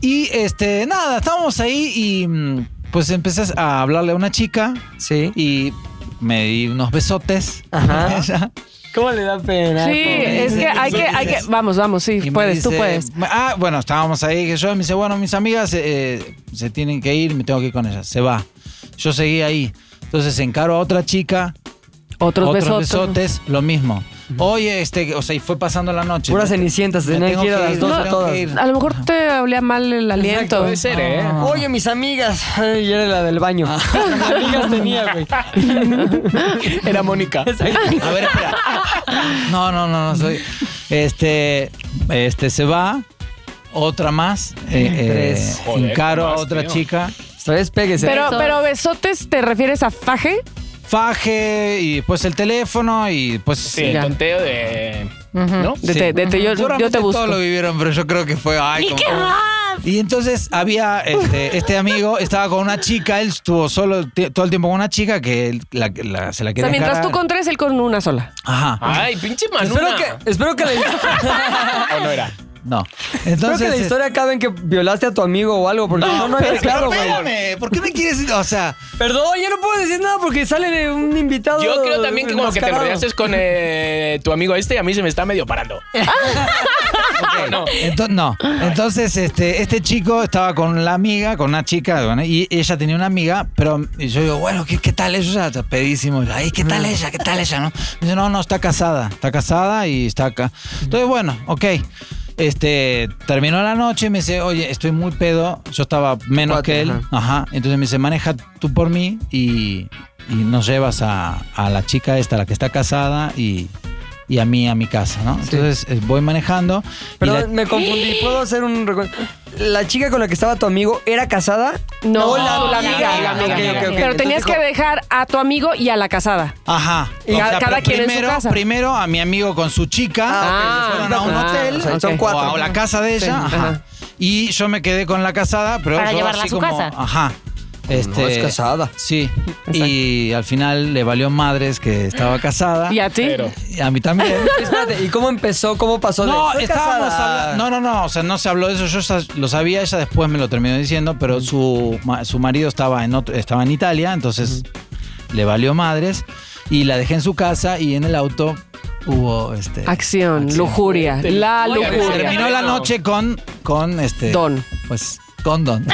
E: Y este, nada, estábamos ahí y mm, pues empecé a hablarle a una chica
D: Sí.
E: y me di unos besotes.
D: Ajá.
E: con ella.
D: ¿Cómo le da pena?
B: Sí,
D: Pobre.
B: es que hay que, hay que, vamos, vamos, sí,
E: Y me
B: puedes, tú
E: dice-
B: puedes.
E: Ah, bueno, estábamos ahí, que yo me dice, bueno, mis amigas eh, se tienen que ir, me tengo que ir con ellas. Se va. Yo seguí ahí. Entonces encaro a otra chica,
B: Otros,
E: otros,
B: besotes.
E: besotes, lo mismo. Oye, este, o sea, y fue pasando la noche.
D: Puras cenicientas,
E: Me
D: tenían
E: tengo
D: que ir a las
E: ir,
D: dos
E: me
D: a
E: tengo
D: todas.
E: que ir.
B: A lo mejor te olía mal el aliento.
C: Puede ser, ¿eh?
E: Ah.
D: Oye, mis amigas. Ay, y era la del baño. Mis amigas tenía, güey.
C: Era Mónica.
E: A ver, espera. No, no, no, no soy. Este, este se va. Otra más. Eh,
D: Tres.
E: eh,
C: Joder,
E: encaro a
C: más,
E: otra
C: tío.
E: chica.
D: Tres pegues.
B: Pero,
A: Besos.
B: pero besotes, ¿te refieres a faje?
E: Faje y después el teléfono y pues.
C: Sí, el
B: Ya.
C: tonteo de.
A: Ujú.
C: ¿No?
B: De
E: Sí.
B: te- de te- yo, yo
E: Seguramente
B: te busco.
E: Todos lo vivieron, pero yo creo que fue. ay,
A: ¿Y
E: como-
A: qué más?
E: Y entonces había este, este amigo, estaba con una chica, él estuvo solo t- todo el tiempo con una chica que él- la- la- se la
B: O
E: quería.
B: sea, mientras tú
E: encarar.
B: con tres, él con una sola.
E: Ajá.
C: Ay, pinche Manuna.
D: Espero que, espero que la,
C: ¿O no era?
E: No.
D: espero que
E: Entonces. este, eh.
D: la historia acabe en que violaste a tu amigo o algo, porque no, no, hay claro, güey.
E: espérame, ¿Por qué me quieres.? O sea.
D: Perdón, yo no puedo decir nada porque sale de un invitado.
C: Yo creo también que como que te
D: enmascarado.
C: enrollaste con eh, tu amigo este y a mí se me está medio parando. Ok, no.
E: Ento- no, entonces este, este chico estaba con la amiga, con una chica, bueno, y ella tenía una amiga, pero y yo digo, bueno, ¿qué, qué tal ella? Ya, pedísimo, yo, ay, ¿qué tal ella? ¿Qué tal ella? ¿No? Me dice, no, no, está casada, está casada y está acá. Entonces, bueno, ok. Este, terminó la noche y me dice, oye, estoy muy pedo, yo estaba menos
D: Cuate,
E: que él,
D: ajá.
E: ajá. Entonces me dice, maneja tú por mí y, y nos llevas a, a la chica esta, la que está casada y... y a mí, a mi casa, ¿no?
D: Sí.
E: Entonces eh, voy manejando. y la-
D: Perdón, me confundí. ¿Puedo hacer un recuerdo? ¿La chica con la que estaba tu amigo era casada?
B: No,
D: la-
B: la,
D: la
B: amiga.
D: amiga,
B: la
A: ok,
B: amiga.
A: ok, ok.
B: Pero
D: Entonces
B: tenías
D: dijo-
B: que dejar a tu amigo y a la casada.
E: Ajá.
B: Y cada-
E: pero
B: cada quien en su
E: primero,
B: casa.
E: primero a mi amigo con su chica.
D: Ah,
E: se
B: ok,
E: fueron a un
B: ah,
E: hotel.
B: o sea,
D: son
E: o
D: cuatro.
E: a la casa de ella.
B: Sí,
E: ajá.
B: ajá.
E: Y yo me quedé con la casada, pero
A: Para
E: yo
A: llevarla a
E: así
A: su
E: como-
A: casa.
E: Ajá. Este,
D: No, es casada.
E: Sí. Y al final le valió madres que estaba casada.
B: ¿Y a ti?
C: Pero-
E: Y a mí también.
D: Espérate, ¿y cómo empezó? ¿Cómo pasó de
E: No,
D: "Soy
E: estábamos
D: casada"?
E: hablando. No, no, no. O sea, no se habló de eso. Yo ya lo sabía, ella después me lo terminó diciendo,
D: Mm.
E: pero su, ma- su marido estaba en, otro- estaba en Italia, entonces le valió madres. Y la dejé en su casa y en el auto hubo este.
B: Acción, lujuria,
C: Te-
B: la
C: Oye,
B: lujuria.
E: Terminó la
C: Bueno.
E: noche con. con este.
B: Don.
E: Pues. Con Don.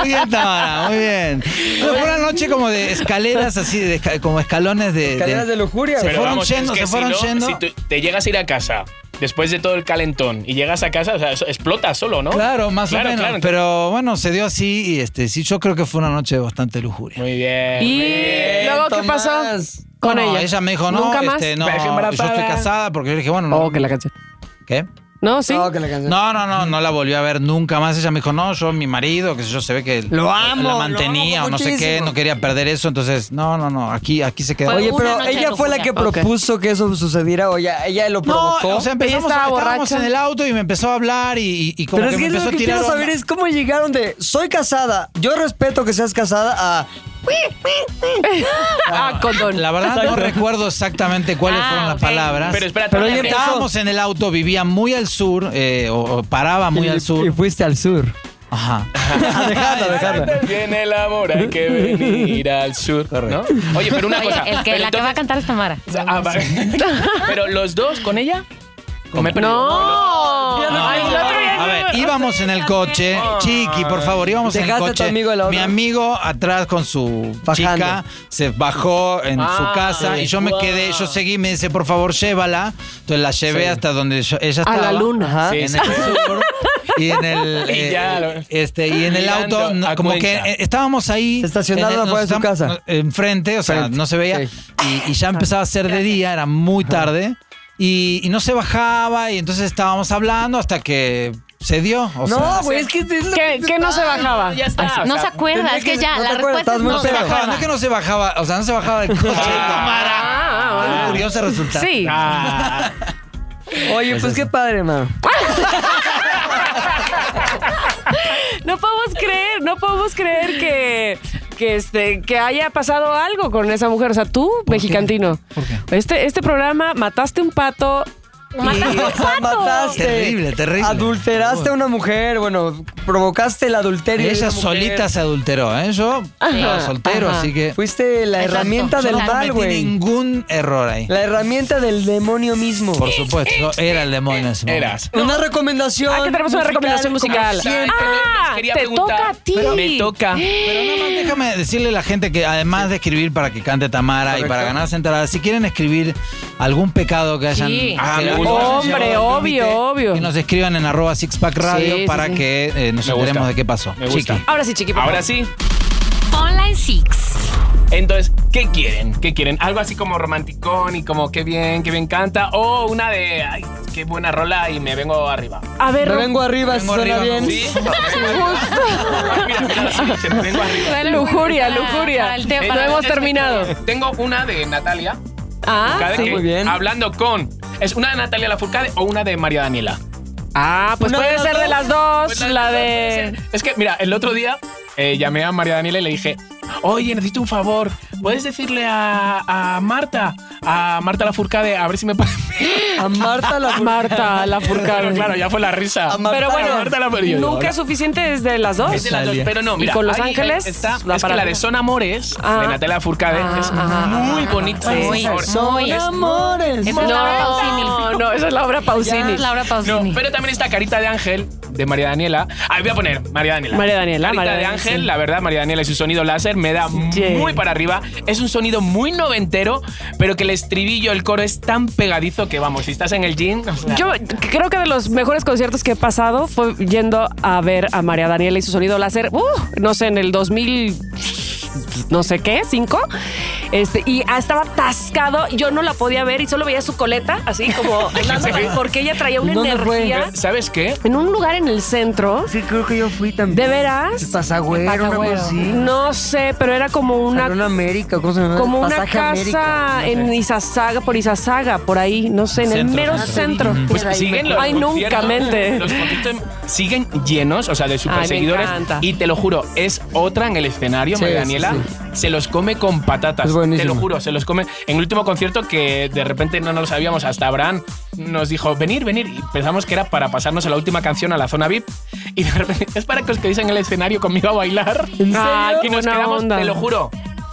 E: muy bien, Tamara, muy bien. No, fue una noche como de escaleras, así, de esca- como escalones de.
D: Escaleras de lujuria.
E: Se
D: güey.
E: fueron yendo,
C: es que
E: se fueron
C: si no,
E: yendo.
C: Si tú- te llegas a ir a casa después de todo el calentón y llegas a casa, o sea, eso explota solo, ¿no?
E: Claro, más
C: Claro,
E: o menos.
C: claro.
E: Pero bueno, se dio así y este, sí, yo creo que fue una noche de bastante lujuria.
C: Muy bien.
B: Y
C: muy bien.
B: luego, ¿qué pasó
D: Tomás.
B: con
E: No,
B: ella?
E: Ella me dijo, no,
B: ¿Nunca más?
E: este, no,
C: Virgen
E: yo
C: embarazada.
E: estoy casada porque yo le dije, bueno, no.
B: Oh, que la canción.
E: ¿Qué?
B: No, sí.
D: No, que Ah, la canción.
E: No, no, no, no la volvió a ver nunca más. Ella me dijo, no, yo, mi marido, que yo se ve que
D: Lo amo,
E: la
D: lo
E: mantenía
D: amo
E: o no sé qué,
D: muchísimo.
E: no quería perder eso. Entonces, no, no, no, aquí, aquí se quedó.
A: Fue
D: Oye,
A: Una
D: pero
A: noche de
D: ella fue la que
A: lujuria.
B: Ok.
D: propuso que eso sucediera o ya, ella lo
E: no,
D: provocó.
E: o sea, empezamos,
B: Ella
E: a,
B: estaba
E: estábamos
B: borracha.
E: en el auto y me empezó a hablar y, y- y como
D: pero es
E: me
D: que
E: empezó
D: lo
E: a
D: que
E: tirar
D: quiero saber
E: onda.
D: es cómo llegaron de soy casada, yo respeto que seas casada a
B: Ah, con Don.
E: La verdad no recuerdo exactamente cuáles
A: Ah,
E: fueron las
A: ok.
E: palabras.
C: Pero espérate,
D: Pero
C: espérate.
D: ella empezó-
E: Estábamos en el auto, vivía muy al sur, eh, o, o paraba muy
D: y,
E: al
D: y
E: sur.
D: fuiste al sur.
E: Ajá.
D: A dejarla, a dejarla.
C: Antes viene el amor, hay que venir al sur. ¿no? Oye, pero una
A: Oye,
C: cosa.
A: el que,
C: pero
A: la que va a
C: entonces-
A: cantar es Tamara.
C: Ah, vale. pero los dos con ella. ¿O me he perdido?
B: No.
E: No,
B: Ay, el otro día-
E: a ver, íbamos en el coche, Chiqui, por favor, íbamos en el
D: Dejaste a tu
E: coche.
D: amigo el otro.
E: Mi amigo atrás con su
D: Bajando.
E: chica se bajó en
C: Ah,
E: su casa
C: sí.
E: y yo me
C: Wow.
E: quedé, yo seguí, me dice, por favor, llévala. Entonces la llevé hasta donde yo- ella
B: A la
E: estaba.
B: luna.
D: Ajá.
C: Sí,
E: en
C: sí.
E: el sur y en el
C: Y ya, lo-
E: este y en el
C: Mirando
E: auto no,
C: a
E: como
C: cuenta.
E: que eh, estábamos ahí
D: Se estacionaron
E: en el- nos
D: afuera de su
E: estam-
D: casa.
E: no, enfrente o sea
D: Frente,
E: no se veía
D: sí.
E: y, y ya empezaba a ser de día era muy tarde y, y no se bajaba y entonces estábamos hablando hasta que se dio o sea,
D: No, güey, es que es lo
B: ¿Qué,
D: que-
B: qué no se bajaba?
C: Ya está.
A: Ay,
C: o
A: no
C: sea,
A: se acuerda, es que ya
D: tendría que- no
A: la
D: te acuerdas,
A: respuesta
D: estás
A: es
D: muy
A: no se
E: se bajaba, no
A: acuerda.
E: es que no se bajaba, o sea, no se bajaba del coche. Tamara.
B: Ah,
E: Qué
B: bueno.
E: curioso resultado.
B: Sí.
C: ah,
D: Oye, pues qué padre, mano.
B: No podemos creer, no podemos creer que, que, este, que haya pasado algo con esa mujer. O sea, tú, mexicantino.
E: ¿Por qué?
B: Este, este programa, mataste un pato. Ah,
A: Mataste un pato.
D: Mataste.
E: Terrible, terrible.
D: Adulteraste a una mujer, bueno, provocaste el adulterio. de
E: Ella
D: una mujer.
E: solita se adulteró, ¿eh? Yo estaba soltero,
B: ajá.
E: así que
D: Fuiste la
A: Exacto.
D: herramienta
A: Yo
D: del
A: no
D: mal,
E: cometí
D: güey.
E: ningún error ahí.
D: La herramienta del demonio mismo.
E: Por supuesto, yo era el demonio en ese momento.
C: eras.
D: Una recomendación.
B: Aquí tenemos una recomendación
D: como
B: musical.
D: siempre.
B: Ah,
C: Les quería
B: te
C: preguntar.
B: toca a ti.
C: Pero me toca.
E: Pero nada más déjame decirle a la gente que además de escribir para que cante Tamara y
D: Correcto.
E: para ganarse entradas, si quieren escribir algún pecado que hayan...
A: Sí.
C: Ah,
E: que
C: me
E: hayan
C: gusta.
E: llevado
B: Hombre,
E: al
B: obvio,
E: límite,
B: obvio.
E: Que nos escriban en arroba sixpack radio
B: Sí, sí,
E: para
B: sí.
E: que eh, nos
C: Me gusta.
E: enteremos de qué pasó.
C: Me gusta.
E: Chiqui.
B: Ahora sí, chiqui. por
C: Ahora
B: favor.
C: sí.
A: Online Six.
C: Entonces, ¿qué quieren? ¿Qué quieren? Algo así como romanticón y como qué bien, qué bien canta. O una de, ay, qué buena rola y me vengo arriba.
B: A ver,
D: Me
B: Ru-
D: vengo arriba, si
E: Vengo
D: suena
E: arriba,
D: bien.
C: ¿Sí? Ay, mira, mira, sí, se me vengo arriba.
B: lujuria, lujuria.
A: Para el tema,
B: No
A: para
C: Este
B: hemos
A: el
B: terminado.
C: Tengo una de Natalia.
B: Ah,
C: Furcade,
D: sí,
C: que-
D: muy bien.
C: Hablando con. ¿Es una de Natalia Lafourcade o una de María Daniela?
B: ah, pues
D: Una de
B: puede
D: las
B: ser de
D: dos.
B: las dos.
C: Pues
B: la
C: puede
B: de.
C: ser. Es que, mira, el otro día eh, llamé a María Daniela y le dije, oye, necesito un favor. ¿Puedes decirle a, a Marta, a Marta Lafourcade, a ver si me paga?
D: A Marta la
B: Marta, la
C: Claro,
B: furcada.
C: claro, ya fue la risa.
D: A Marta-
B: Pero bueno,
C: Marta la perdió.
B: nunca es suficiente desde las dos.
C: Es de las dos, pero no,
B: ¿Y
C: mira.
B: con Los
C: ahí
B: Ángeles?
C: Está,
B: La
C: es que la
B: parada.
C: de Son Amores,
B: Ah.
C: de Natalia Furcade,
B: Ah,
C: es
B: ah,
C: muy
B: ah,
C: bonita.
A: sí.
C: Por favor.
A: Son Muy es-
D: amores.
A: es-
B: No,
A: Laura Pausini.
B: no, esa es Laura Pausini.
A: Laura
C: No,
A: Pausini.
C: pero también está Carita de Ángel, de María Daniela. Ah, voy a poner María Daniela.
B: María Daniela,
C: Carita
B: María
C: de
B: Daniela,
C: Ángel,
B: sí.
C: la verdad, María Daniela y su sonido láser me da
B: Yeah.
C: muy para arriba. Es un sonido muy noventero, pero que el estribillo, el coro es tan pegadizo que vamos, si estás en el gym. o sea,
B: Yo creo que de los mejores conciertos que he pasado fue yendo a ver a María Daniela y su sonido láser, uh, no sé, en el 2000, no sé qué, 5. Este, y ah, estaba atascado, yo no la podía ver y solo veía su coleta, así como andando, porque ella traía una
D: ¿Dónde fue?
B: energía.
C: ¿Sabes qué?
B: En un lugar en el centro,
F: Sí, creo que yo fui también.
B: ¿De veras?
F: El Pasagüero, una cosa
A: Pasagüero.
F: así.
B: no sé, pero era como una
F: Salón América, cosa ¿no?
B: como una
D: Ah, Pasaje
B: casa
D: América,
B: en Izazaga, por Izazaga, por ahí, no sé, en el
E: Centro,
B: mero centro.
C: Pues siguen los
B: Ay, nunca,
C: conciertos,
B: mente.
C: Los conciertos siguen llenos, o sea, de
B: Ay, me
C: superseguidores.
B: encanta.
C: Y te lo juro, es otra en el escenario,
D: Sí,
C: María Daniela.
D: sí,
C: Se los come con patatas.
D: Es
C: te
D: buenísimo.
C: lo juro, se los come. En el último concierto que de repente no nos lo sabíamos, hasta Abraham nos dijo, venir, venir. Y pensamos que era para pasarnos a la última canción a la zona VIP. Y de repente, es para que os quedéis en el escenario conmigo a bailar.
B: Ay,
C: Y
B: qué
C: nos
B: buena
C: quedamos,
B: onda.
C: te lo juro.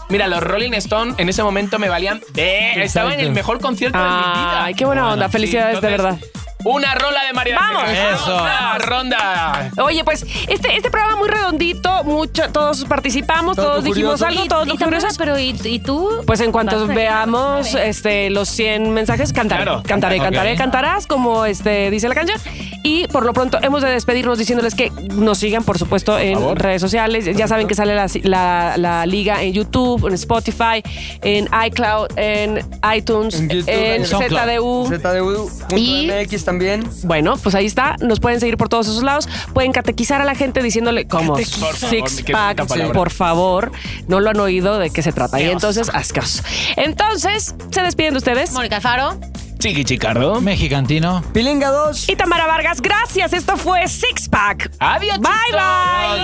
C: Mira, los Rolling Stone en ese momento me valían. de- Estaba en el mejor concierto de mi vida.
B: Ay, qué buena onda. Felicidades, de
C: entonces,
B: verdad.
C: Una rola de María
B: ¡Vamos!
C: Ángeles.
E: Eso.
C: Una ronda.
B: Oye, pues este, este programa muy redondito, mucho, todos participamos,
D: Todo
B: todos dijimos
D: curioso.
B: algo, todos los
A: también,
B: curiosos.
A: Pero ¿y, y tú?
B: Pues en cuanto
A: Vas a-
B: veamos este, los 100 mensajes, cantaré,
C: Claro.
B: cantaré, cantaré,
C: Ok.
B: cantarás, como este, dice la canción. Y por lo pronto hemos de despedirnos diciéndoles que nos sigan, por supuesto, en
C: favor.
B: redes sociales. Ya saben que sale la, la- la liga en YouTube, en Spotify, en iCloud, en iTunes, en,
D: En YouTube, en
E: SoundCloud.
B: ZDU. Y-
D: ZDU.mx también.
B: Bueno, pues ahí está. Nos pueden seguir por todos esos lados. Pueden catequizar a la gente diciéndole como
C: Catequizar. Por favor,
B: six
C: qué bonita
B: pack,
C: palabra.
B: por favor. No lo han oído de qué se trata. Y entonces, haz caso. Entonces, se despiden de ustedes.
A: Mónica Alfaro.
C: Chiqui Chicardo.
E: Mexicantino.
D: Pilinga 2.
B: Y Tamara Vargas, gracias. Esto fue Six Pack.
C: Adiós.
B: Bye,
C: chicos.
B: bye.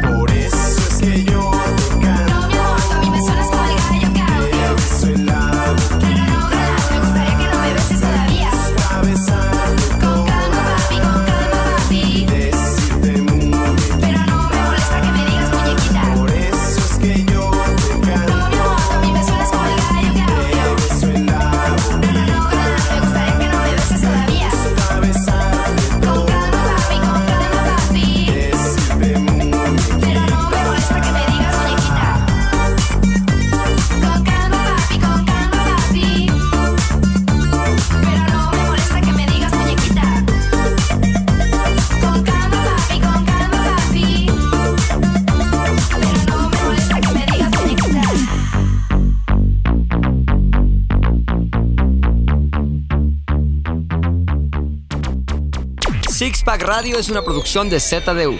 G: Por eso es que yo te canto.
H: Mi amor, tú a mí me suenas como el gallo que
G: Te
H: audio.
G: beso el labio
H: Pero no, gala, me gustaría que no me beses todavía.
G: para besarte
H: Con calma, papi, con calma, papi.
G: Decirte mucho.
H: Pero no me molesta que me digas muñequita.
G: Por eso es que yo te canto.
H: No, mi amor, tú a mí me suenas como el gallo que
G: Te
H: audio.
G: beso el labio
H: Pero no, gala, me gustaría que no me beses todavía.
G: para besarte
H: Con calma, papi, con calma, papi.
G: Decirte mucho.
H: Pero no me molesta que me digas muñequita. Con calma, papi, con calma, papi. Pero no me molesta que me digas muñequita. Con calma, papi, con calma, papi. Pero no me molesta que me digas muñequita.
D: Six Pack Radio es una producción de ZDU.